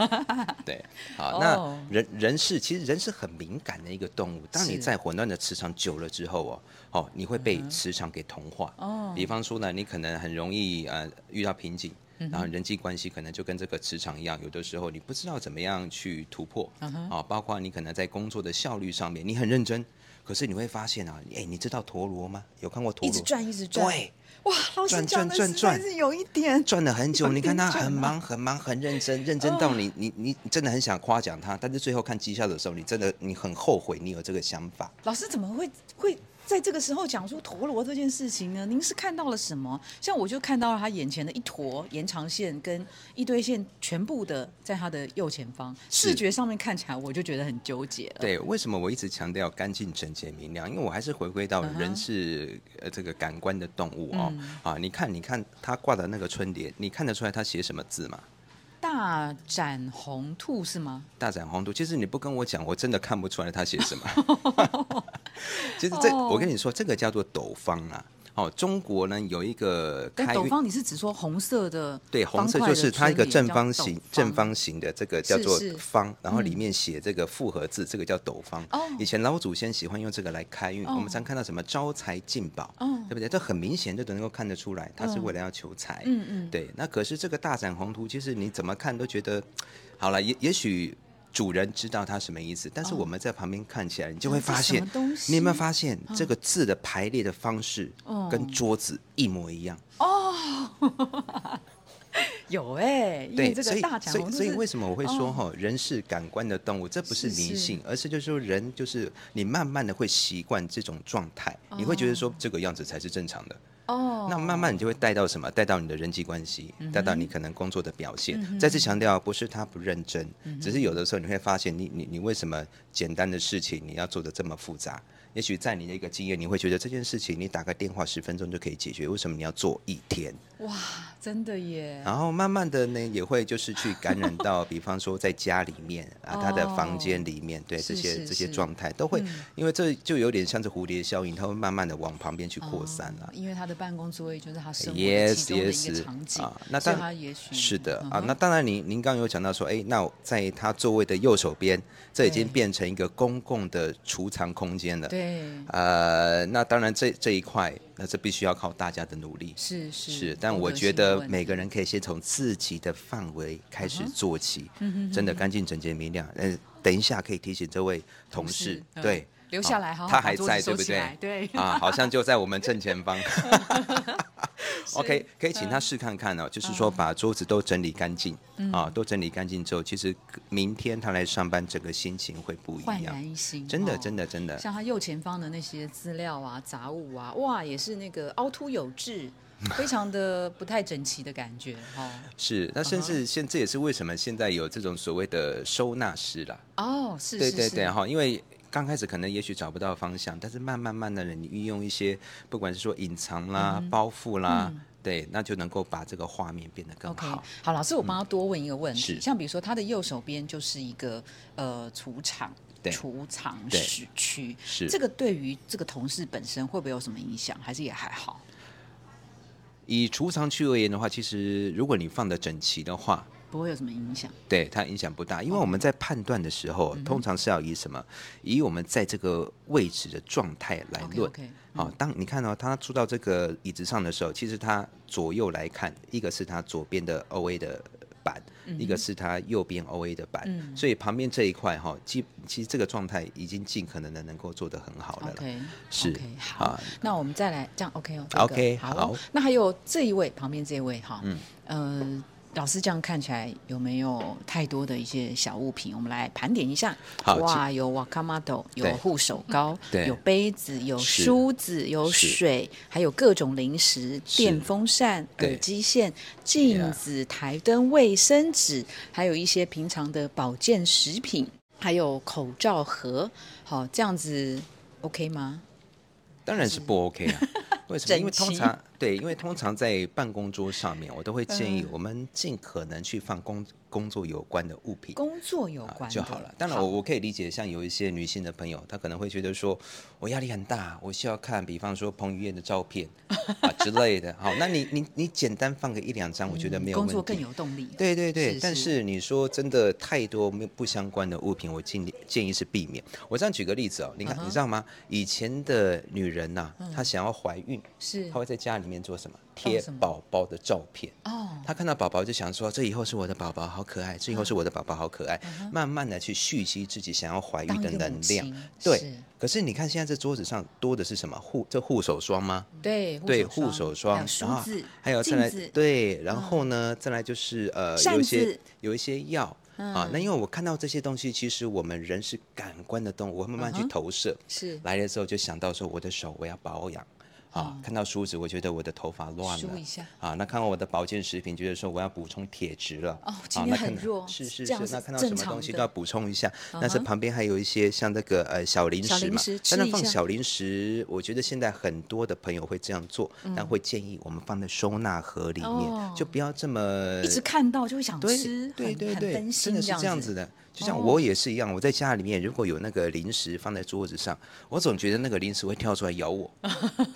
S1: 对，好，
S2: 哦
S1: 那人人是其实人是很敏感的一个动物，当你
S2: 是嗯
S1: 在混乱的磁场久了之后哦，哦，你会被磁场给同化。
S2: 哦
S1: 比方说呢，你可能很容易呃遇到瓶颈。
S2: 嗯
S1: 然后人际关系可能就跟这个磁场一样，有的时候你不知道怎么样去突破，啊、
S2: 嗯
S1: 包括你可能在工作的效率上面，你很认真，可是你会发现啊，哎，你知道陀螺吗？有看过陀
S2: 一
S1: 螺？
S2: 直转一直转。
S1: 对，
S2: 哇，老师
S1: 转
S2: 讲的
S1: 转
S2: 实在
S1: 转
S2: 是有一点
S1: 转了很久，你看他很
S2: 转啊
S1: 忙很忙很认
S2: 哦
S1: 真，认真到你你你你真的很想夸奖他，但是最后看绩效的时候，你真的你很后悔你有这个想法。
S2: 老师怎么会会在这个时候讲出陀螺这件事情呢？您是看到了什么？像我就看到了他眼前的一坨延长线跟一堆线，全部的在他的右前方，
S1: 是
S2: 视觉上面看起来我就觉得很纠结了。
S1: 对，为什么我一直强调干净、整洁、明亮？因为我还是回归到
S2: 嗯
S1: 人是、呃这个感官的动物哦、啊！你看，你看他挂的那个春联，你看得出来他写什么字吗？
S2: 大展宏兔是吗？
S1: 大展宏图。其实你不跟我讲，我真的看不出来他写什么。 其实这
S2: 哦
S1: 我跟你说，这个叫做斗方啊。哦，中国呢有一个
S2: 但
S1: 开
S2: 斗
S1: 运
S2: 方你是指说红色的
S1: 对，红色
S2: 方块
S1: 就
S2: 的
S1: 是它一个
S2: 春
S1: 正
S2: 联叫
S1: 方
S2: 斗
S1: 形，正方形的这个叫
S2: 是
S1: 做
S2: 是嗯
S1: 方，然后里面写这个复合字，这个叫斗方。
S2: 哦
S1: 以前老祖先喜欢用这个来开运，我
S2: 哦
S1: 们常看到什么招财进宝，
S2: 哦
S1: 对不对？这很明显就能够看得出来，它是为了要求财。嗯嗯，对。那可是这个大展宏图，其实你怎么看都觉得，好了，也也许。主人知道它什么意思，但是我们在旁边看起来，你就会
S2: 哦这
S1: 发
S2: 什
S1: 现
S2: 么东，
S1: 你有没有
S2: 西嗯
S1: 发现这个字的排列的方式
S2: 哦
S1: 跟桌子一模一样？
S2: 有哎、因为这
S1: 所
S2: 个
S1: 以
S2: 大展
S1: 所
S2: 宏
S1: 以
S2: 兔
S1: 所以
S2: 是哦
S1: 为什么我会说哈、人是感官的动物，这不是
S2: 是
S1: 迷
S2: 是
S1: 信，而是就是说人就是你慢慢的会习惯这种状态，你会觉得说这个样子才是正常的。
S2: 哦，嗯
S1: 那慢慢你就会带到什么？带到你的人际关系，带到你可能工作的表现。再次强调，不是他不认真，
S2: 嗯
S1: 只是有的时候你会发现你，你你为什么简单的事情你要做的这么复杂？也许在你的一个经验，你会觉得这件事情你打个电话十分钟就可以解决，为什么你要做一天？
S2: 哇，真的耶，
S1: 然后慢慢的呢，也会就是去感染到，比方说在家里面啊，他的房间里面，对
S2: 哦
S1: 这
S2: 是是
S1: 些这些
S2: 是嗯
S1: 状态都会，因为这就有点像是蝴蝶效应，它会慢慢的往旁边去扩散了、
S2: 哦因为他的办公座位就是他生活的
S1: Yes,
S2: 其中的一
S1: yes.
S2: 个场景，
S1: 啊那
S2: 所以
S1: 当
S2: 他也许
S1: 是的、
S2: 嗯
S1: 啊
S2: 哼，
S1: 那当然您您刚刚有讲到说，哎，那在他座位的右手边，这已经
S2: 对
S1: 变成一个公共的储藏空间了。
S2: 对。
S1: 呃，那当然这这一块，那这必须要靠大家的努力。
S2: 是是
S1: 是，但
S2: 功
S1: 我
S2: 德
S1: 觉
S2: 性
S1: 得每个人可以先从自己的范围开
S2: 嗯
S1: 始做起，真的干净、整洁、明亮。嗯，等一下可以提醒这位同事，
S2: 同事嗯
S1: 对，
S2: 留下来好好
S1: 他
S2: 把
S1: 还
S2: 桌子
S1: 在，
S2: 收
S1: 对不
S2: 起来
S1: 对？
S2: 对
S1: 啊，好像就在我们正前 方。OK，可以请
S2: 嗯
S1: 他试看看哦，就是说把桌子都整理干净啊，都整理干净之后，其实明天他来上班，整个心情会不
S2: 焕
S1: 一
S2: 然
S1: 样。
S2: 一新，
S1: 真的，
S2: 哦
S1: 真的，真的，
S2: 像他右前方的那些资料啊、杂物啊，哇，也是那个凹凸有致，非常的不太整齐的感觉哦。
S1: 是。那甚至现这也是为什么现在有这种所谓的收纳师啦，
S2: 哦，是
S1: 对
S2: 是
S1: 对啊
S2: 是，
S1: 对，哈，因为刚开始可能也许找不到方向，但是慢慢慢的你运用一些，不管是说隐藏啦、
S2: 嗯
S1: 包袱啦，对，那就能够把这个画面变得更
S2: OK，
S1: 好。嗯
S2: 好，老师，我帮他多问一个问题，
S1: 是
S2: 像比如说他的右手边就是一个呃储场，
S1: 对
S2: 储藏
S1: 对
S2: 室区，
S1: 是
S2: 这个对于这个同事本身会不会有什么影响，还是也还好？
S1: 以储藏区而言的话，其实如果你放的整齐的话，
S2: 不会有什么影响？
S1: 对它影响不大，因为我们在判断的时
S2: 嗯
S1: 候，通常是要以什么？以我们在这个位置的状态来论。
S2: OK，OK，
S1: 好、当你看到、哦、他坐到这个椅子上的时候，其实他左右来看，一个是他左边的 O A 的板，
S2: 嗯
S1: 一个是他右边 O A 的板，所以旁边这一块哈、哦，基其实这个状态已经尽可能的能够做得很好了啦。
S2: OK，
S1: 是
S2: OK，好，
S1: 啊
S2: 那我们再来这样 OK 哦、这
S1: OK，
S2: 好哦
S1: 好嗯
S2: 那还有这一位旁边这一位哈，呃，老师这样看起来有没有太多的一些小物品？我们来盘点一下。
S1: 好
S2: 哇，有 wakamado，有
S1: 对
S2: 护手膏，
S1: 对
S2: 有杯子，有
S1: 是
S2: 梳子，有
S1: 是
S2: 水，还有各种零食、电风扇、
S1: 对
S2: 耳机线、镜子、台灯、卫生纸，还有一些平常的保健食品，还有口罩盒。好，这样子 OK 吗？
S1: 当然是不 OK 啊。为什
S2: 整
S1: 么？因为通
S2: 齐
S1: 常对，因为通常在办公桌上面，我都会建
S2: 嗯
S1: 议我们尽可能去放工工作有关的物品。
S2: 工作有
S1: 啊
S2: 关的嗯
S1: 就好了。当然我，我可以理解，像有一些女性的朋友，她可能会觉得说，我压力很大，我需要看，比方说彭于晏的照 片啊之类的。好，那你你你简单放个一两张，我觉得没有问
S2: 嗯工
S1: 题。
S2: 作更有动力。
S1: 对对对，
S2: 是
S1: 但
S2: 是
S1: 是你说真的太多没有不相关的物品，我建议建议是避免。我这样举个例子哦，
S2: 嗯
S1: 你看、你知道吗？以前的女人呐、她想要怀孕，
S2: 是
S1: 她会在家里面做什么？贴
S2: 什么
S1: 宝宝的照片。
S2: 哦，
S1: 她看到宝宝就想说，这以后是我的宝宝，好可爱；这以
S2: 嗯
S1: 后是我的宝宝，好可爱。慢慢的去蓄积自己想要怀孕
S2: 当
S1: 的
S2: 一个
S1: 能
S2: 母
S1: 量
S2: 亲。
S1: 对
S2: 是，
S1: 可是你看现在这桌子上多的是什么护？这护手霜吗？
S2: 对
S1: 对护手
S2: 还
S1: 霜
S2: 有，梳
S1: 然后
S2: 子，
S1: 还有再
S2: 镜
S1: 来
S2: 子，嗯
S1: 对，然后呢，再来就是呃，
S2: 扇
S1: 有一些
S2: 子嗯
S1: 有一些药啊。那因为我看到这些东西，其实我们人是感官的动物，我会慢
S2: 嗯
S1: 慢去投射。
S2: 是
S1: 来的时候就想到说，我的手我要保养啊，看到梳子，我觉得我的头发乱
S2: 哦梳
S1: 了
S2: 一下。
S1: 啊，那看到我的保健食品，觉得说我要补充铁质了。
S2: 哦
S1: 啊
S2: 今天
S1: 那看
S2: 很
S1: 到
S2: 弱
S1: 是是是
S2: 这样，是
S1: 那看到
S2: 正
S1: 什么
S2: 常
S1: 东西
S2: 的啊
S1: 都要补充一下。但是旁边还有一些像那个呃小零
S2: 小
S1: 食
S2: 零
S1: 嘛
S2: 食，
S1: 但
S2: 吃
S1: 是
S2: 一
S1: 放
S2: 下
S1: 小零食，我觉得现在很多的朋友会这样做，但会建议我们放在收纳盒里
S2: 嗯哦
S1: 面，就不要这么
S2: 一直看到就会想
S1: 对
S2: 吃，
S1: 对
S2: 很
S1: 对
S2: 很
S1: 对，
S2: 分
S1: 真
S2: 心
S1: 的是这样子
S2: 子。哦
S1: 的。就像我也是一样，我在家里面如果有那个零食放在桌子上，我总觉得那个零食会跳出来咬我，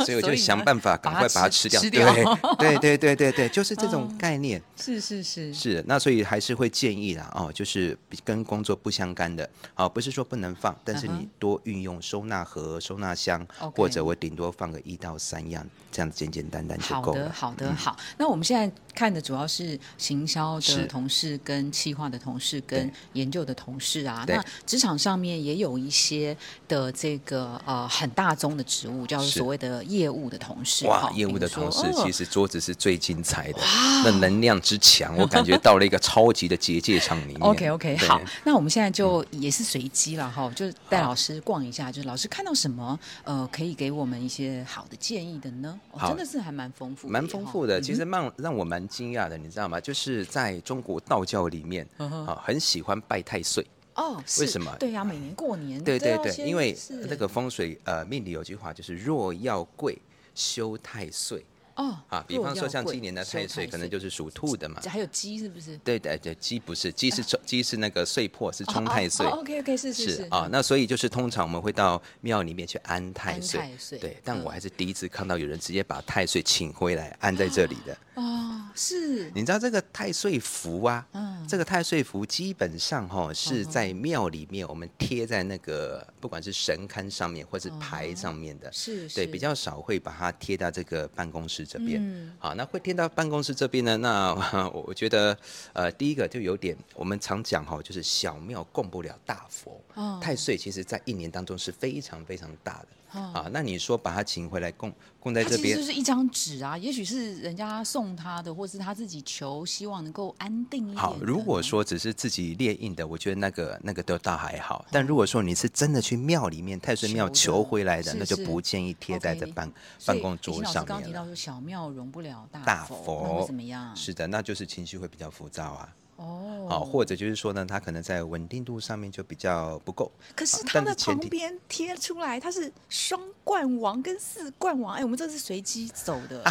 S1: 所以我
S2: 所
S1: 就
S2: 以
S1: 想
S2: 呢
S1: 办法赶
S2: 把它
S1: 快把它
S2: 吃
S1: 吃掉。
S2: 吃掉 哦
S1: 对对对对对对，就是这种概念。
S2: 是是是，
S1: 是，那所以还是会建议啦，哦，就是比跟工作不相干的，啊，不是说不能放，但是
S2: 嗯
S1: 你
S2: 哼
S1: 多运用收纳盒、收纳箱
S2: OK
S1: 或者我顶多放个一到三样，这样简简单单就
S2: 好
S1: 够
S2: 的
S1: 了。嗯
S2: 好的好。那我们现在看的主要是行销
S1: 是
S2: 的同事、跟企划的同事、跟
S1: 对
S2: 研究的同事啊。
S1: 对
S2: 那职场上面也有一些的这个呃很大宗的职务，叫做
S1: 是
S2: 所谓的业务的同事。
S1: 哇
S2: 哈，
S1: 业务的
S2: 比如
S1: 同
S2: 说
S1: 事
S2: 哦
S1: 其实桌子是最精彩的，那能量之强，我感觉到了一个超级的结界场里 面。
S2: OK OK，
S1: 对嗯
S2: 好，那我们现在就也是随机了哈，就是带老师逛一下，就是老师看到什么，呃，可以给我们一些好的建议的呢？哦、
S1: 好
S2: 真的是还蛮丰富的耶，
S1: 蛮丰富
S2: 哈。嗯
S1: 的，其实蛮让我蛮惊讶的，你知道吗？就是在中国道教里面，啊，很喜欢拜太岁。
S2: 嗯哦，是
S1: 为什么
S2: 对呀、每年过年
S1: 对
S2: 都要
S1: 对对，
S2: 先
S1: 因为
S2: 是
S1: 那个风水呃命里有句话就是“若要贵，修太岁
S2: 哦”
S1: 啊。比方说像今年的
S2: 收
S1: 太岁，可能就是属兔的嘛。
S2: 还有鸡是不是？
S1: 对对对，鸡不是
S2: 啊
S1: 鸡是冲鸡是那个岁破是冲太岁。
S2: OK OK，是哦是
S1: 是啊，那所以就是通常我们会到庙里面去安太
S2: 安
S1: 岁，
S2: 太岁
S1: 对，但
S2: 嗯
S1: 我还是第一次看到有人直接把太岁请回来安在这里的，
S2: 哦，是
S1: 你知道这个太岁符啊，
S2: 嗯
S1: 这个太岁符基本上哈、是在庙里面我们贴在那个不管是神龛上面或是牌上面的，
S2: 哦是是
S1: 对，比较少会把它贴到这个办公室这边。
S2: 嗯
S1: 好，那会贴到办公室这边呢？那 我我觉得，呃，第一个就有点，我们常讲哈，就是小庙供不了大佛。
S2: 哦
S1: 太岁其实在一年当中是非常非常大的。
S2: 哦
S1: 啊，那你说把它请回来供供在
S2: 它
S1: 这
S2: 其实
S1: 边
S2: 就，是一张纸啊，也许是人家送他的，或是他自己求，希望能够安定一点的。
S1: 好，如果说只是自己列印的，我觉得那个那个都倒还好。但如果说你是真的去庙里面太岁庙
S2: 哦求
S1: 求
S2: 的
S1: 回来的，
S2: 是
S1: 那就是不建议贴
S2: OK，
S1: 在这办
S2: 所
S1: 办
S2: 以
S1: 公
S2: 以前
S1: 桌
S2: 老师
S1: 上
S2: 刚刚
S1: 面
S2: 提到
S1: 了。
S2: 说小庙容不了大
S1: 大
S2: 佛，那会怎么样？
S1: 是的，那就是情绪会比较浮躁啊。
S2: 哦，
S1: 啊，或者就是说呢，它可能在稳定度上面就比较不够。
S3: 可是
S1: 啊
S3: 它
S1: 但
S3: 的
S1: 是前
S3: 旁
S1: 提
S3: 边贴出来，它是双冠王跟四冠王。哎，我们这是随机走 的，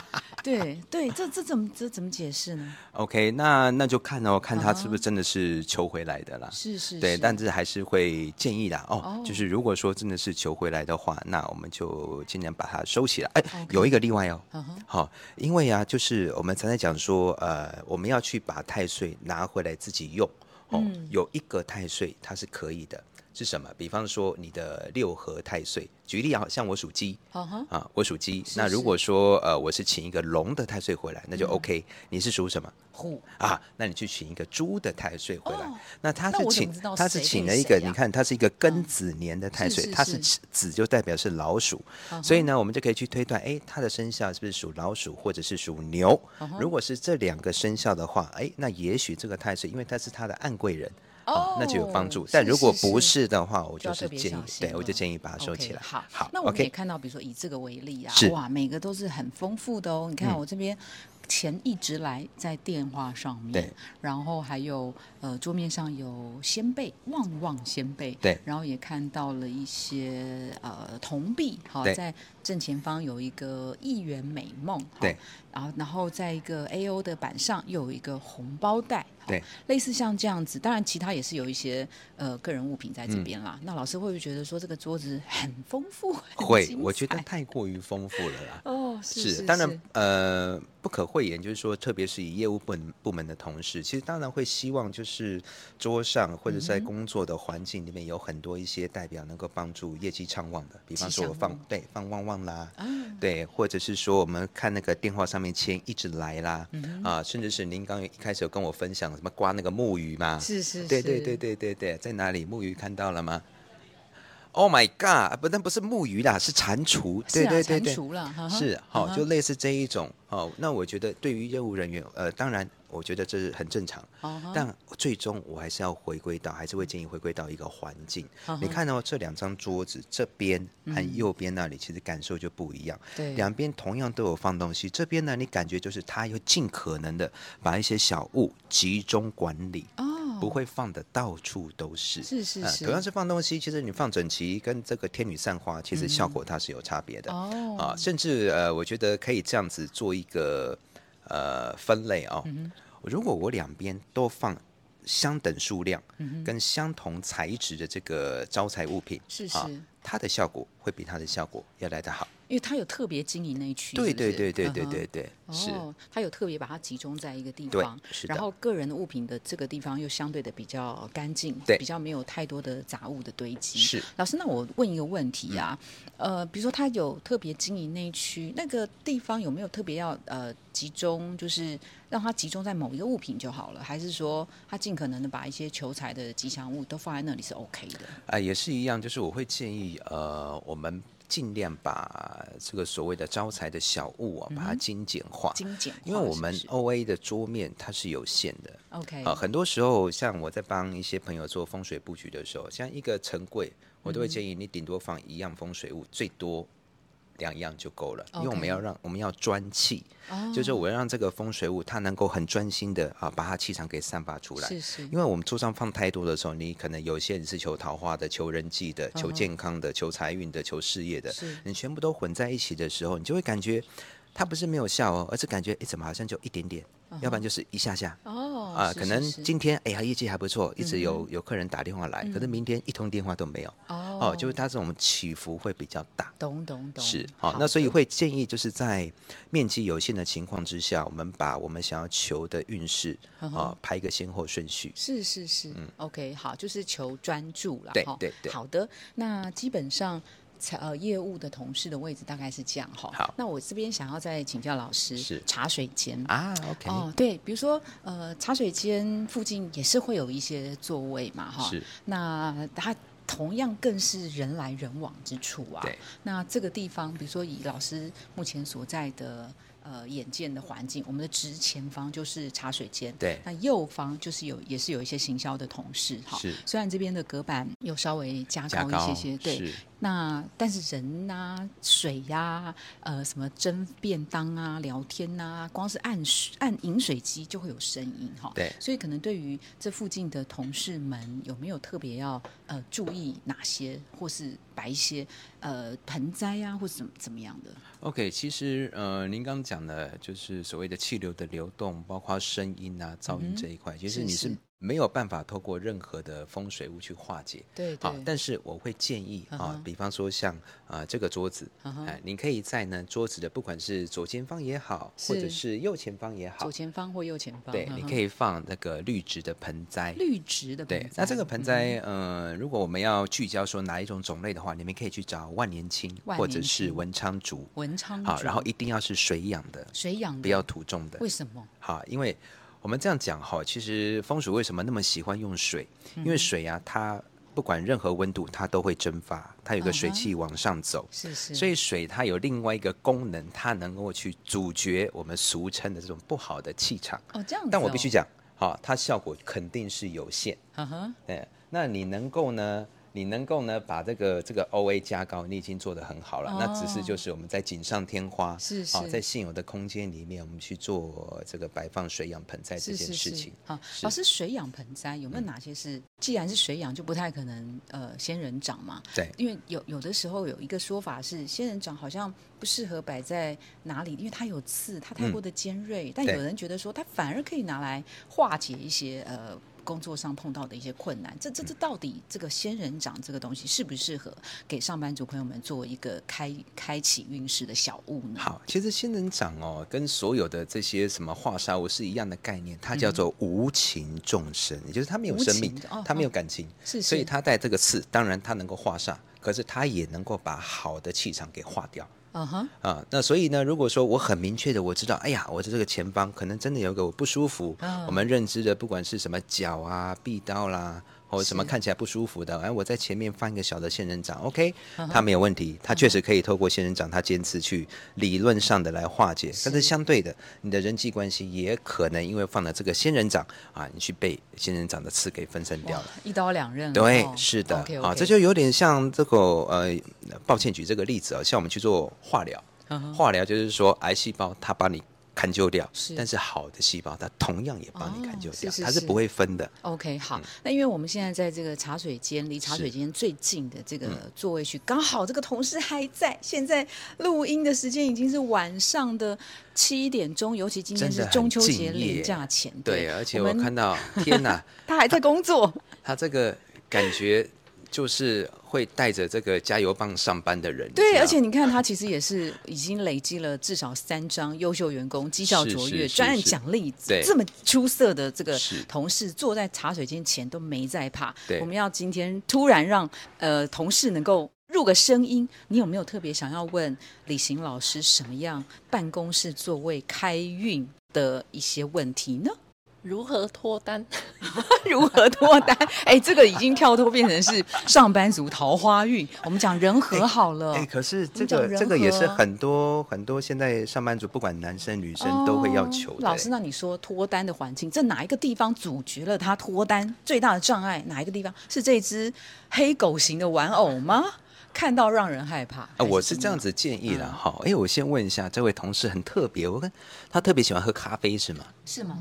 S2: 对对，这这怎么这怎么解释呢？
S1: OK，那那就看哦，看他是不
S2: 啊
S1: 是真的是求回来的啦。
S2: 是是，
S1: 对，
S2: 是
S1: 但是还是会建议啦。哦，
S2: 哦
S1: 就是如果说真的是求回来的话，那我们就尽量把它收起来。哎、
S2: OK
S1: 有一个例外哦。
S2: 嗯哼
S1: 好、因为啊，就是我们常在讲说，呃，我们要去把太岁拿回来自己用。哦，
S2: 嗯
S1: 有一个太岁它是可以的，是什么？比方说你的六合太岁，举例啊，像我属鸡，
S2: 嗯哼，
S1: 啊，我属鸡。
S2: 是
S1: 那如
S2: 是嗯
S1: 果说呃，我是请一个龙的太岁回来，那就 OK。你是属什么
S2: 虎
S1: 啊？那你去请一个猪的太岁回来。
S2: 哦
S1: 那他
S2: 那
S1: 是
S2: 我怎么
S1: 请
S2: 知道
S1: 他是
S2: 谁
S1: 请
S2: 配
S1: 了一
S2: 谁
S1: 个，
S2: 呀嗯
S1: 你看他是一个庚子年的太
S2: 是
S1: 岁，
S2: 是嗯
S1: 他是
S2: 是
S1: 子就代表是老鼠，所以呢，我们就可以去推断，哎，他的生肖是不是属老鼠或者是属牛？
S2: 嗯
S1: 如果是这两个生肖的话，哎，那也许这个太岁，因为他是他的暗贵人。啊那就有帮助
S2: 哦。
S1: 但
S2: 是
S1: 如果
S2: 是
S1: 不
S2: 是
S1: 是的话，我
S2: 就
S1: 就
S2: 要
S1: 是
S2: 特别
S1: 建议
S2: 小，心
S1: 对我就
S2: 了
S1: 建议把它收起来
S2: OK，。好，
S1: 好
S2: 那我们也
S1: ，OK。
S2: 看到，比如说以这个为例啊
S1: 是，嗯
S2: 哇，每个都是很丰富的哦。你看我这边。钱一直来在电话上面
S1: 对，
S2: 然后还有呃桌面上有鲜贝，旺旺鲜贝，
S1: 对
S2: 然后也看到了一些呃铜币，好
S1: 对
S2: 在正前方有一个一元美梦，好
S1: 对，
S2: 然后然后在一个 A O 的板上又有一个红包袋，好
S1: 对，
S2: 类似像这样子，当然其他也是有一些呃个人物品在这边啦。那老师会不会觉得说这个桌子很丰富？很
S1: 嗯会，
S2: 精
S1: 我觉得
S2: 彩
S1: 太过于丰富了啦。
S2: 哦，是
S1: 当然，呃，不可讳言，就是说，特别是以业务部门部门的同事，其实当然会希望，就是桌上或者
S2: 嗯
S1: 在工作的环境里面有很多一些代表能够帮助业绩畅旺的，比方
S2: 吉
S1: 说我
S2: 祥
S1: 放
S2: 物
S1: 对放旺旺啦，
S2: 啊，
S1: 对，或者是说我们看那个电话上面签一直来啦，
S2: 嗯
S1: 啊，甚至是您刚一开始有跟我分享什么刮那个木鱼嘛，
S2: 是是，
S1: 对对对，对对对，在哪里？木鱼看到了吗？Oh my god！不，但不是木鱼啦，是蟾蜍。
S2: 是
S1: 对
S2: 啊
S1: 对对
S2: 蟾
S1: 对，
S2: 蜍啦哈哈嗯
S1: 是好、
S2: 哈哈
S1: 就类似这一种。哦，那我觉得对于业务人员，呃，当然，我觉得这是很正常。
S2: 哦哈
S1: 但最终我还是要回归到，还是会建议回归到一个环境。
S2: 嗯
S1: 你
S2: 哼嗯
S1: 看到、哦这两张桌子这边和右边那里，其实感受就不一样。
S2: 对
S1: 两边同样都有放东西，这边呢，你感觉就是它要尽可能的把一些小物集中管理。
S2: 哦，
S1: 不会放的到处都是。
S2: 是是
S1: 呃
S2: 是
S1: 同样是放东西，其实你放整齐跟这个天女散花，其实效果它是有差别的。
S2: 嗯哦
S1: 啊，甚至呃，我觉得可以这样子做一个呃分类哦。
S2: 嗯
S1: 如果我两边都放相等数量、
S2: 嗯
S1: 跟相同材质的这个招财物品，
S2: 是
S1: 啊
S2: 是
S1: 它的效果会比它的效果要来得好。
S2: 因为它有特别经营那一区，
S1: 对
S2: 是不
S1: 对
S2: 是
S1: 对对对
S2: 嗯哼
S1: 对对，是。
S2: 哦，它有特别把它集中在一个地
S1: 对
S2: 方，
S1: 是
S2: 然
S1: 的
S2: 后个人的物品的这个地方又相对的比较干净，
S1: 对
S2: 比较没有太多的杂物的堆积。
S1: 是，
S2: 老师，那我问一个问题啊，呃，比如说他有特别经营那一区，那个地方有没有特别要呃集中，就是让它集中在某一个物品就好了，还是说他尽可能的把一些求财的吉祥物都放在那里是 OK 的？
S1: 啊、也是一样，就是我会建议，呃，我们尽量把这个所谓的招财的小物啊，把它精简化，
S2: 嗯精简化
S1: 因为我们
S2: 是哦不是
S1: O A 的桌面它是有限的。
S2: OK，、
S1: 啊、很多时候，像我在帮一些朋友做风水布局的时候，像一个陈柜，我
S2: 嗯
S1: 都会建议你顶多放一样风水物，最多两样就够了，因为我们
S2: OK 哦
S1: 要让我们要专气，就是我要让这个风水物它能够很专心的啊，把它气场给散发出来。
S2: 是是
S1: 因为我们桌上放太多的时候，你可能有些人是求桃花的、求人际的、求健康的、求财运的、求事业的
S2: 嗯是，
S1: 你全部都混在一起的时候，你就会感觉它不是没有效哦，而是感觉哎，诶怎么好像就一点点，要不然就是一下下。
S2: 哦
S1: 啊，
S2: 嗯是
S1: 可
S2: 是嗯
S1: 能
S2: 是
S1: 今天哎呀业绩还不错，一直有有客人打电话来，可是明天一通电话都没有，哦，就是它这种起伏会比较大。
S2: 懂懂懂，
S1: 是好，那所以会建议就是在面积有限的情况之下，我们把我们想要求的运势
S2: 嗯哼
S1: 啊排一个先后顺序。
S2: 是是是、o k 好，就是求专注了，
S1: 嗯对
S2: 哈
S1: 对对
S2: 好的，那基本上。财呃，业务的同事的位置大概是这样哈。
S1: 好
S2: 那我这边想要再请教老师，
S1: 是
S2: 茶水间
S1: 啊，OK，、
S2: 哦，对，比如说呃，茶水间附近也是会有一些座位嘛哈。
S1: 是，
S2: 那它同样更是人来人往之处啊。
S1: 对，
S2: 那这个地方，比如说以老师目前所在的呃眼见的环境，我们的直前方就是茶水间，
S1: 对
S2: 那右方就是有也是有一些行销的同事哈。
S1: 是
S2: 虽然这边的隔板有稍微加
S1: 加
S2: 高
S1: 高
S2: 一些些，对，
S1: 是
S2: 那但是人呐、水呀、呃，什么蒸便当啊、聊天呐、光是按水按饮水机就会有声音哈。
S1: 对
S2: 所以可能对于这附近的同事们，有没有特别要呃注意哪些，或是摆一些呃盆栽啊，或是怎么怎么样的？
S1: OK，其实呃，您刚刚讲的就是所谓的气流的流动，包括声音啊、噪音这一块，其
S2: 嗯是
S1: 实你
S2: 是
S1: 是没有办法透过任何的风水物去化解。
S2: 对
S1: 好，但是我会建议啊、
S2: 嗯哼
S1: 比方说像啊、这个桌子，哎、
S2: 嗯哼
S1: 你可以在呢桌子的不管是左前方也好，或者
S2: 是
S1: 是右前方也好
S2: 左，前方或右前方，
S1: 对，
S2: 嗯
S1: 你
S2: 哼
S1: 可以放那个绿植的盆栽。
S2: 绿植的盆
S1: 对
S2: 栽，
S1: 那这个盆
S2: 嗯
S1: 栽，呃，如果我们要聚焦说哪一种种类的话，你们可以去找万年青
S2: 万
S1: 或者
S2: 年
S1: 是
S2: 青
S1: 文昌竹，
S2: 文昌
S1: 好，
S2: 竹
S1: 然后一定要是水养的，
S2: 水养的
S1: 不要土种的
S2: 为。什么？
S1: 好，因为我们这样讲哈，其实风水为什么那么喜欢用水？
S2: 嗯
S1: 因为水啊，它不管任何温度，它都会蒸发，它有个水
S2: 嗯哼
S1: 汽往上走。
S2: 是是，
S1: 所以水它有另外一个功能，它能够去阻绝我们俗称的这种不好的气场。
S2: 哦这样子、哦，
S1: 但我必须，讲，好、它效果肯定是有限。
S2: 嗯哼，
S1: 对，哎那你能够呢？你能够呢把这个这个 O A 加高，你已经做得很好了。那只是就是我们在锦上添花，
S2: 哦是
S1: 好
S2: 是
S1: 在现有的空间里面，我们去做这个摆放水养盆栽这
S2: 是
S1: 件
S2: 是
S1: 事
S2: 是
S1: 情。
S2: 好，
S1: 是嗯
S2: 老师，水养盆栽有没有哪些是，既然是水养，就不太可能呃仙人掌嘛？
S1: 对，
S2: 因为有有的时候有一个说法是，仙人掌好像不适合摆在哪里，因为它有刺，它太过的尖锐。但有
S1: 嗯对
S2: 人觉得说，它反而可以拿来化解一些呃工作上碰到的一些困难。这这
S1: 嗯
S2: 这到底这个仙人掌这个东西适不适合给上班族朋友们做一个开开启运势的小物呢？
S1: 好，其实仙人掌哦，跟所有的这些什么化砂物是一样的概念，它叫做无情众生，也就是它没有
S2: 嗯无
S1: 生命
S2: 情的哦，
S1: 它没有
S2: 哦
S1: 感情，
S2: 是，
S1: 所以
S2: 是
S1: 它带这个刺，当然它能够化煞，可是它也能够把好的气场给化掉。
S2: 嗯哼，
S1: 啊，那所以呢，如果说我很明确的我知道，哎呀，我的这个前方可能真的有个我不舒服，
S2: 嗯
S1: 我们认知的不管是什么脚啊、臂刀啦，或者什么
S2: 是
S1: 看起来不舒服的，哎，我在前面放一个小的仙人掌，OK，它
S2: 嗯
S1: 没有问题，它确实可以透过仙人掌它尖刺去理论上的来化解，但是
S2: 是
S1: 相对的，你的人际关系也可能因为放了这个仙人掌啊，你去被仙人掌的刺给分散掉
S2: 哇
S1: 了。，
S2: 一刀两刃了
S1: 对，
S2: 哦
S1: 是的
S2: OK，OK
S1: 啊，这就有点像这个呃，抱歉举这个例子啊、像我们去做化疗，
S2: 嗯哼
S1: 化疗就是说癌细胞它把你砍救掉，
S2: 是
S1: 但是好的细胞它同样也帮你砍救
S2: 哦
S1: 掉，
S2: 是是
S1: 它是
S2: 是
S1: 不会分的。
S2: OK，好，
S1: 嗯
S2: 那因为我们现在在这个茶水间，离茶水间最近的这
S1: 嗯
S2: 个座位区，刚好这个同事还在。现在录音的时间已经是晚上的七点钟，尤其今天
S1: 真的
S2: 是
S1: 很
S2: 中秋节
S1: 敬业
S2: 连假前，
S1: 对，而且我
S2: 们
S1: 看 到，天哪，
S2: 他还在工作，
S1: 他这个感觉就是会带着这个加油棒上班的人。你知
S2: 对，
S1: 道
S2: 而且你看他其实也是已经累积了至少三张优秀员工绩效
S1: 是
S2: 卓
S1: 是
S2: 越、
S1: 是
S2: 专案
S1: 是
S2: 奖励，
S1: 对
S2: 这么出色的这个
S1: 是
S2: 同事坐在茶水间前都没在怕。
S1: 对
S2: 我们要今天突然让呃同事能够。入个声音，你有没有特别想要问李行老师什么样办公室座位开运的一些问题呢？
S4: 如何脱单？
S2: 如何脱 单？哎，这个已经跳脱变成是上班族桃花运。我们讲人和好了，
S1: 哎、可是这
S2: 讲
S1: 个
S2: 人
S1: 这个也
S2: 和
S1: 是很多很多现在上班族，不管男生女生都会要求
S2: 哦
S1: 的、
S2: 老师，那你说脱单的环境，这哪一个地方阻绝了他脱单最大的障碍？哪一个地方是这只黑狗型的玩偶 吗？看到让人害怕。
S1: 啊，
S2: 还
S1: 我是
S2: 怎么嗯
S1: 这样子建议啦，哈、哎、我先问一下，这位同事很特别，我看他特别喜欢喝咖啡是吗？
S2: 是吗？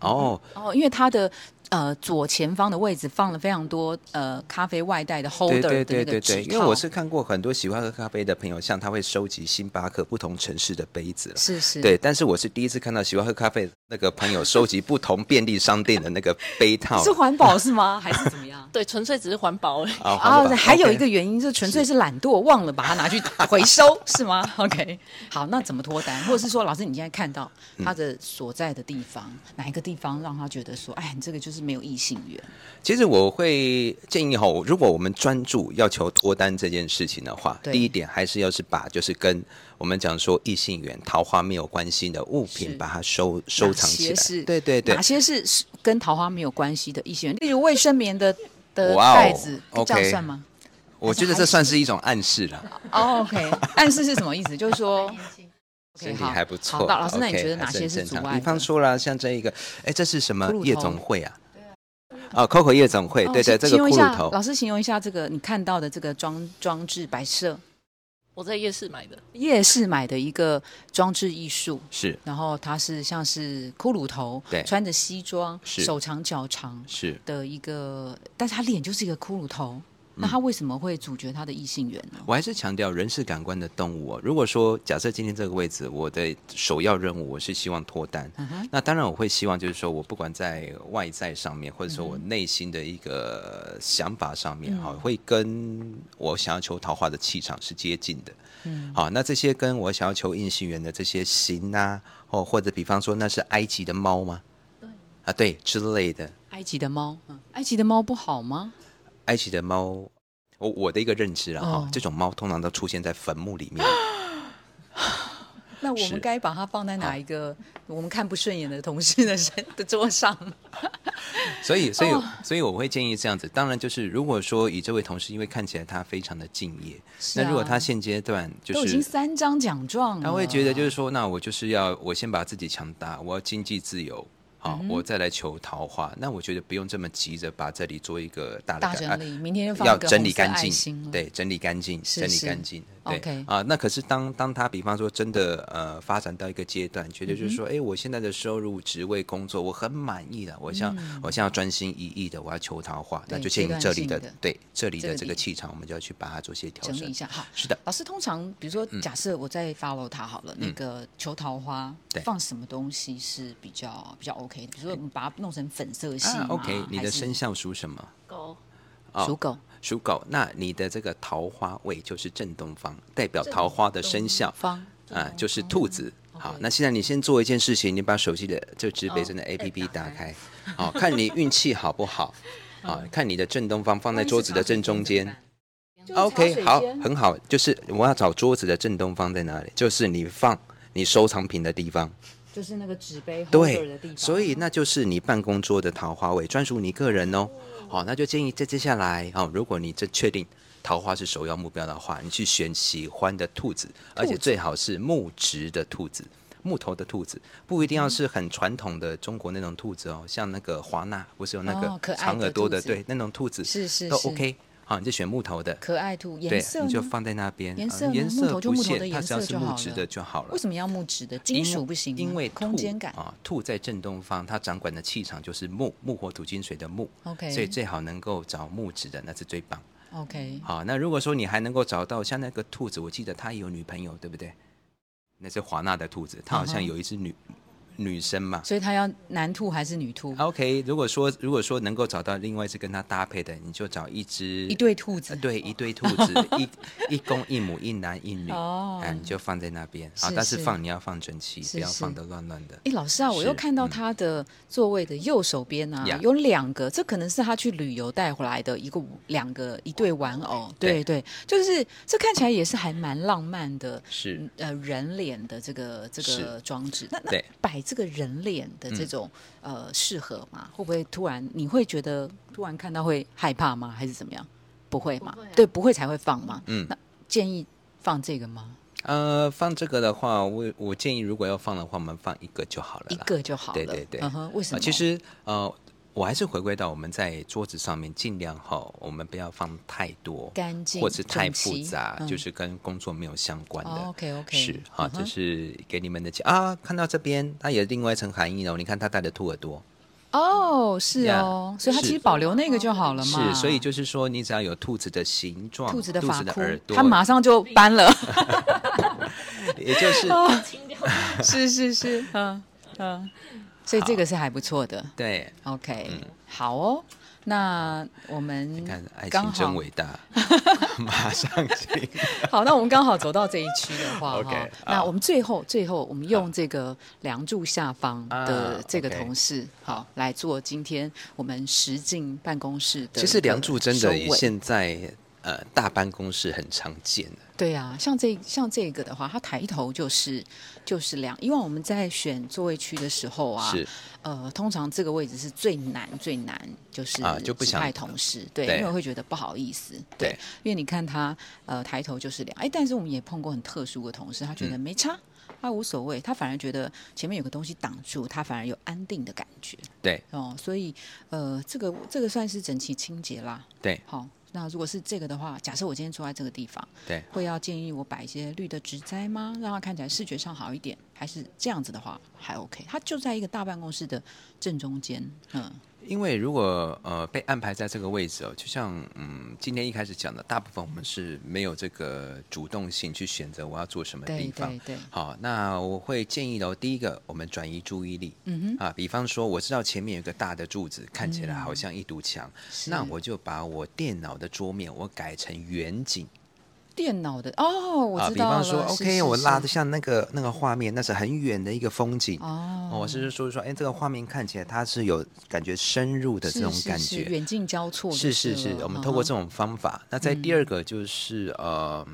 S1: 哦，
S2: 嗯哦，因为他的呃左前方的位置放了非常多呃咖啡外带的
S1: 对
S2: holder 嗯的那
S1: 对
S2: 个
S1: 对对对，
S2: 纸
S1: 因为
S2: 套
S1: 我 是看过很多喜欢喝咖啡的朋友，像他会收集星巴克不同城市的杯子了。
S2: 是是
S1: 对，但是我是第一次看到喜欢喝咖啡的那个朋友收集不同便利商店的那个杯套
S2: 是，环保是吗？还是怎么样？啊。
S4: 对，纯粹只是环保而已。欸
S1: 啊，环
S2: 哦
S1: 保，
S2: 还有
S1: OK
S2: 一个原因就纯粹是懒惰，忘了把它拿去回收，是 吗？OK，好，那怎么脱单，或者是说，老师你现在看到他的所在的地方，哪一个地方让他觉得说，哎，你这个就是没有异性缘？
S1: 其实我会建议哈，如果我们专注要求脱单这件事情的话，
S2: 对
S1: 第一点还是要是把就是跟我们讲说异性缘、桃花没有关系的物
S2: 是
S1: 品，把它收收藏起
S2: 哪些是
S1: 来。对对对
S2: 哪，些是是跟桃花没有关系的异性缘？例如卫生棉的的
S1: 哇哦
S2: 袋子，
S1: OK
S2: 这样算吗？
S1: 我觉得这算是一种暗示了。
S2: 哦，OK、o k 暗示是什么意思？就是说，OK，
S1: 身体
S2: 好
S1: 还不错。
S2: 好，老老师，那你
S1: OK，
S2: 觉得哪
S1: 还
S2: 些是
S1: 很正
S2: 阻
S1: 常
S2: 碍的？
S1: 比方说啦，像这一个，哎，这是什么
S2: 骷髅头
S1: 夜总会啊？啊，Coco 夜总会，
S2: 哦
S1: 对对，
S2: 形
S1: 这个
S2: 形容
S1: 骷
S2: 一下
S1: 髅头
S2: 老师形容一下这个你看到的这个装装置摆设，
S4: 我在夜市买的，
S2: 夜市买的一个装置艺术，
S1: 是
S2: 然后它是像是骷髅头，
S1: 对
S2: 穿着西装，
S1: 是
S2: 手长脚长
S1: 是。
S2: 的一个，但是他脸就是一个骷髅头，
S1: 嗯
S2: 那他为什么会阻绝他的异性缘呢？
S1: 我还是强调人是感官的动物哦。如果说假设今天这个位置，我的首要任务我是希望脱单，那当然我会希望就是说我不管在外在上面，或者说我内心的一个呃想法上面，哈、会跟我想要求桃花的气场是接近的。嗯，好，那这些跟我想要求应性缘的这些形啊，哦，或者比方说那是埃及的猫吗？啊，对之类的，
S2: 埃及的猫，嗯埃及的猫不好吗？
S1: 埃及的猫，我我的一个认知了哈、
S2: 哦
S1: 这种猫通常都出现在坟墓里面。
S2: 那我们
S1: 是
S2: 该把它放在哪一个我们看不顺眼的同事的身的桌上？
S1: 所以，
S2: 哦
S1: 所以，所以我会建议这样子。当然，就是如果说以这位同事，因为看起来他非常的敬业，
S2: 是啊
S1: 那如果他现阶段
S2: 都
S1: 就
S2: 已
S1: 是
S2: 经三张奖状了，
S1: 他会觉得就是说，那我就是要我先把自己强大，我要经济自由。好，
S2: 嗯
S1: 我再来求桃花。那我觉得不用这么急着把这里做一个大的
S2: 大
S1: 改
S2: 整
S1: 啊
S2: 理，明天就放
S1: 要
S2: 一个
S1: 整
S2: 红
S1: 理
S2: 色
S1: 干
S2: 爱心
S1: 净，
S2: 了，
S1: 对，整理干净，
S2: 是
S1: 整理
S2: 是
S1: 干净，对
S2: OK
S1: 啊。那可是当当他比方说真的呃发展到一个阶段，觉得
S2: 嗯
S1: 就是说，哎、我现在的收入、职位、工作我很满意了，我想、我现在要专心一意的，我要求桃花，那
S2: 嗯对
S1: 就建
S2: 阶
S1: 议
S2: 段
S1: 这里的
S2: 性的
S1: 对这里
S2: 这个
S1: 的这
S2: 地
S1: 个气场，我们就要去把它做些调
S2: 整理
S1: 整
S2: 一。下。好，
S1: 是嗯的，
S2: 老师通常比如说，假设我在 follow 他好了，那个求桃花
S1: 嗯对
S2: 放什么东西是比较比较 OK 的？比如说我们把它弄成粉色系
S1: 啊
S2: 嘛
S1: ，OK，你
S2: 还
S1: 的
S2: 是
S1: 生肖属什么？
S4: 狗
S1: 哦
S2: 属狗
S1: 属狗，那你的这个桃花位就是正东方，代表桃花的生肖
S2: 方
S1: 啊、就是兔子。好
S2: OK，
S1: 那现在你先做一件事情，你把手机的这指北针的 A P P 哦打开，好、看你运气好不 好，啊、看你的正东方放在桌子的正中间。OK，好，很好，就是我要找桌子的正东方在哪里，就是你放你收藏品的地方。
S2: 就是那个纸杯 holder
S1: 对
S2: 的地方，
S1: 所以那就是你办公桌的桃花位，专属你个人哦。好、那就建议在接下来哦，如果你这确定桃花是首要目标的话，你去选喜欢的兔子，而且最好是木质的兔子。木头的兔子不一定要是很传统的中国那种兔子哦，像那个华纳不是有那
S2: 哦可
S1: 个
S2: 爱的
S1: 长耳朵的，
S2: 兔子
S1: 对，那种兔子
S2: 是是
S1: 都
S2: 是
S1: OK。好，你就选木头的，
S2: 可爱兔
S1: 对
S2: 颜色，
S1: 你就
S2: 呢？
S1: 放在那边，
S2: 颜
S1: 嗯
S2: 色呢
S1: 颜
S2: 木头
S1: 色
S2: 就
S1: 不
S2: 木头的
S1: 限，它
S2: 颜
S1: 只要
S2: 色
S1: 是
S2: 就
S1: 木
S2: 好
S1: 质
S2: 了
S1: 的就好了
S2: 为。什么要木质的？金
S1: 因为
S2: 属不行吗，
S1: 因为
S2: 空
S1: 兔
S2: 间感。
S1: 啊，兔在正东方，它掌管的气场就是木，木火土金水的木
S2: OK
S1: 所以最好能够找木质的，那是最棒。
S2: OK，
S1: 好，那如果说你还能够找到像那个兔子，我记得它也有女朋友，对不对？那是华纳的兔子，它好像
S2: 嗯哼
S1: 有一只女、女生嘛。
S2: 所以他要男兔还是女兔？
S1: OK，如果说如果说能够找到另外一只跟它搭配的，你就找一只
S2: 一对兔
S1: 呃
S2: 子，哦
S1: 对，一对兔子，一 一公一母，一男一女，
S2: 哦
S1: 啊，你就放在那边啊
S2: 是，
S1: 但是
S2: 是
S1: 放你要放整齐，
S2: 是
S1: 不要
S2: 是
S1: 放得乱乱的。
S2: 哎，老师啊，我
S1: 是嗯
S2: 又看到他的座位的右手边啊，
S1: 呀
S2: 有两个，这可能是他去旅游带回来的一个两个一对玩偶，对对，就是这看起来也是还蛮浪漫的，
S1: 是
S2: 嗯呃人脸的这个这个
S1: 是
S2: 装置。那那
S1: 对嗯
S2: 摆这个人脸的这种、呃适合吗？会不会突然你会觉得突然看到会害怕吗？还是怎么样？不会嘛？
S4: 不会啊
S2: 对，不会才会放嘛。
S1: 嗯
S2: 那建议放这个吗？
S1: 呃，放这个的话，我我建议，如果要放的话，我们放一个就好了
S2: 一
S1: 啦。
S2: 个就好了。
S1: 对对对
S2: 嗯哼，为什
S1: 啊，
S2: 么？
S1: 其实呃，我还是回归到我们在桌子上面，尽量哈，我们不要放太多，
S2: 干净
S1: 或是太
S2: 整齐
S1: 复杂，
S2: 嗯
S1: 就是跟工作没有相关的。
S2: 哦，OK，OK，
S1: 是啊，
S2: 嗯哼
S1: 这是给你们的建啊。看到这边，它也另外一层含义哦。你看它戴的兔耳朵，
S2: 哦，是哦所以它
S1: 是
S2: 其实保留那个就好了啊嘛。
S1: 是，所以就是说，你只要有兔子的形状、
S2: 兔子的
S1: 兔
S2: 发
S1: 子的
S2: 箍
S1: 耳，朵，
S2: 它马上就 搬了。
S1: 也就是
S2: 哦
S4: 清掉，
S2: 是是是，嗯嗯，所以这个是还不错的。
S1: 对，
S2: OK，、好哦。那我们
S1: 嗯看爱
S2: 刚
S1: 情
S2: 好
S1: 真伟 大，马上进。
S2: 好，那我们刚好走到这一区的话
S1: OK，
S2: 哈
S1: 好，
S2: 那我们最后最后我们用这个梁柱下方的
S1: 啊
S2: 这个
S1: OK
S2: 同事，好来做今天我们实境办公室的一个收尾。
S1: 其实梁祝真的以现在呃大办公室很常见的，
S2: 对啊，像这像这个的话，他抬头就是就是梁，因为我们在选座位区的时候啊，
S1: 是
S2: 呃，通常这个位置是最难最难，就是
S1: 啊就不
S2: 指
S1: 想
S2: 派同事，对，
S1: 对
S2: 因为会觉得不好意思，对，
S1: 对
S2: 因为你看他呃抬头就是两，哎，但是我们也碰过很特殊的同事，他
S1: 嗯
S2: 觉得没差。他无所谓，他反而觉得前面有个东西挡住，他反而有安定的感觉
S1: 对
S2: 哦，所以呃，这个这个算是整齐清洁啦。
S1: 对
S2: 好、那如果是这个的话，假设我今天坐在这个地方，
S1: 对，
S2: 会要建议我摆一些绿的植栽吗？让它看起来视觉上好一点，还是这样子的话还 OK？它就在一个大办公室的正中间，嗯，
S1: 因为如果呃被安排在这个位置哦，就像嗯今天一开始讲的，大部分我们是没有这个主动性去选择我要做什么
S2: 对
S1: 地方
S2: 对。对，
S1: 好，那我会建议喽，哦第一个，我们转移注意力。嗯哼。啊，比方说，我知道前面有个大的柱子，看起来
S2: 嗯
S1: 好像一堵墙，那我就把我电脑的桌面我改成远景。
S2: 电脑的哦，我
S1: 啊，
S2: 知
S1: 比
S2: 道了、
S1: 方说
S2: 是
S1: ，OK，
S2: 是
S1: 我拉
S2: 是
S1: 的像那个那个画面，那是很远的一个风景。
S2: 哦，
S1: 哦，我是说说，哎，这个画面看起来它是有感觉深入的这种
S2: 是是
S1: 感
S2: 是
S1: 觉。
S2: 远近交错就是
S1: 是
S2: 了
S1: 是，我们透过这
S2: 嗯
S1: 种方法。那在第二个就是呃，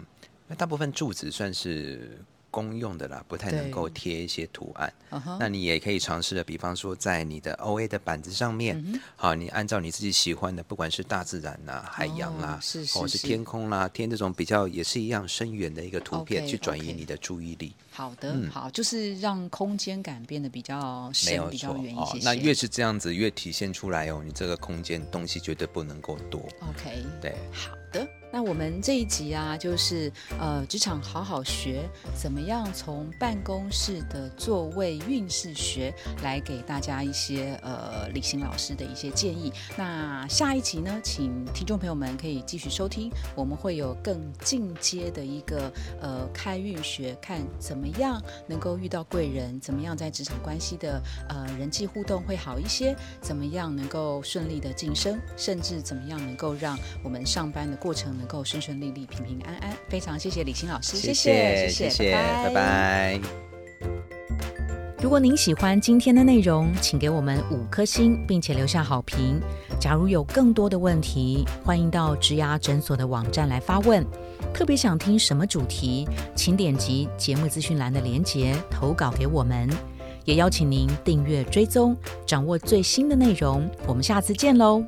S1: 那大部分柱子算是公用的啦，不太能
S2: 对
S1: 够贴一些图案。
S2: 哼嗯哼
S1: 那你也可以尝试的，比方说在你的 O A 的板子上面，
S2: 嗯
S1: 好，你按照你自己喜欢的，不管是大自然啦、海洋啦
S2: 哦，是
S1: 或
S2: 是
S1: 是
S2: 是
S1: 天空啦，贴这种比较也是一样深远的一个图片，
S2: OK，
S1: 去转移
S2: OK
S1: 你的注意力，
S2: 好的、好，就是让空间感变得比较
S1: 嗯没
S2: 深，
S1: 有
S2: 比较
S1: 错
S2: 远一
S1: 哦
S2: 些。些。
S1: 那越是这样子，越体现出来哦，你这个空间东西绝对不能够多，
S2: OK，
S1: 对。
S2: 好的，那我们这一集啊，就是呃，职场好好学，怎么样从办公室的座位运势学来给大家一些呃李行老师的一些建议。那下一集呢，请听众朋友们可以继续收听，我们会有更进阶的一个呃开运学，看怎么样能够遇到贵人，怎么样在职场关系的呃人际互动会好一些，怎么样能够顺利的晋升，甚至怎么样能够让我们上班的过程能够顺顺利利、平平安安。非常谢谢李欣老师，谢
S1: 谢
S2: 谢，
S1: 谢，拜拜。
S2: 如果您喜欢今天的内容，请给我们五颗星，并且留下好评。假如有更多的问题，欢迎到植牙诊所的网站来发问。特别想听什么主题，请点击节目资讯栏的连结投稿给我们。也邀请您订阅追踪，掌握最新的内容。我们下次见喽，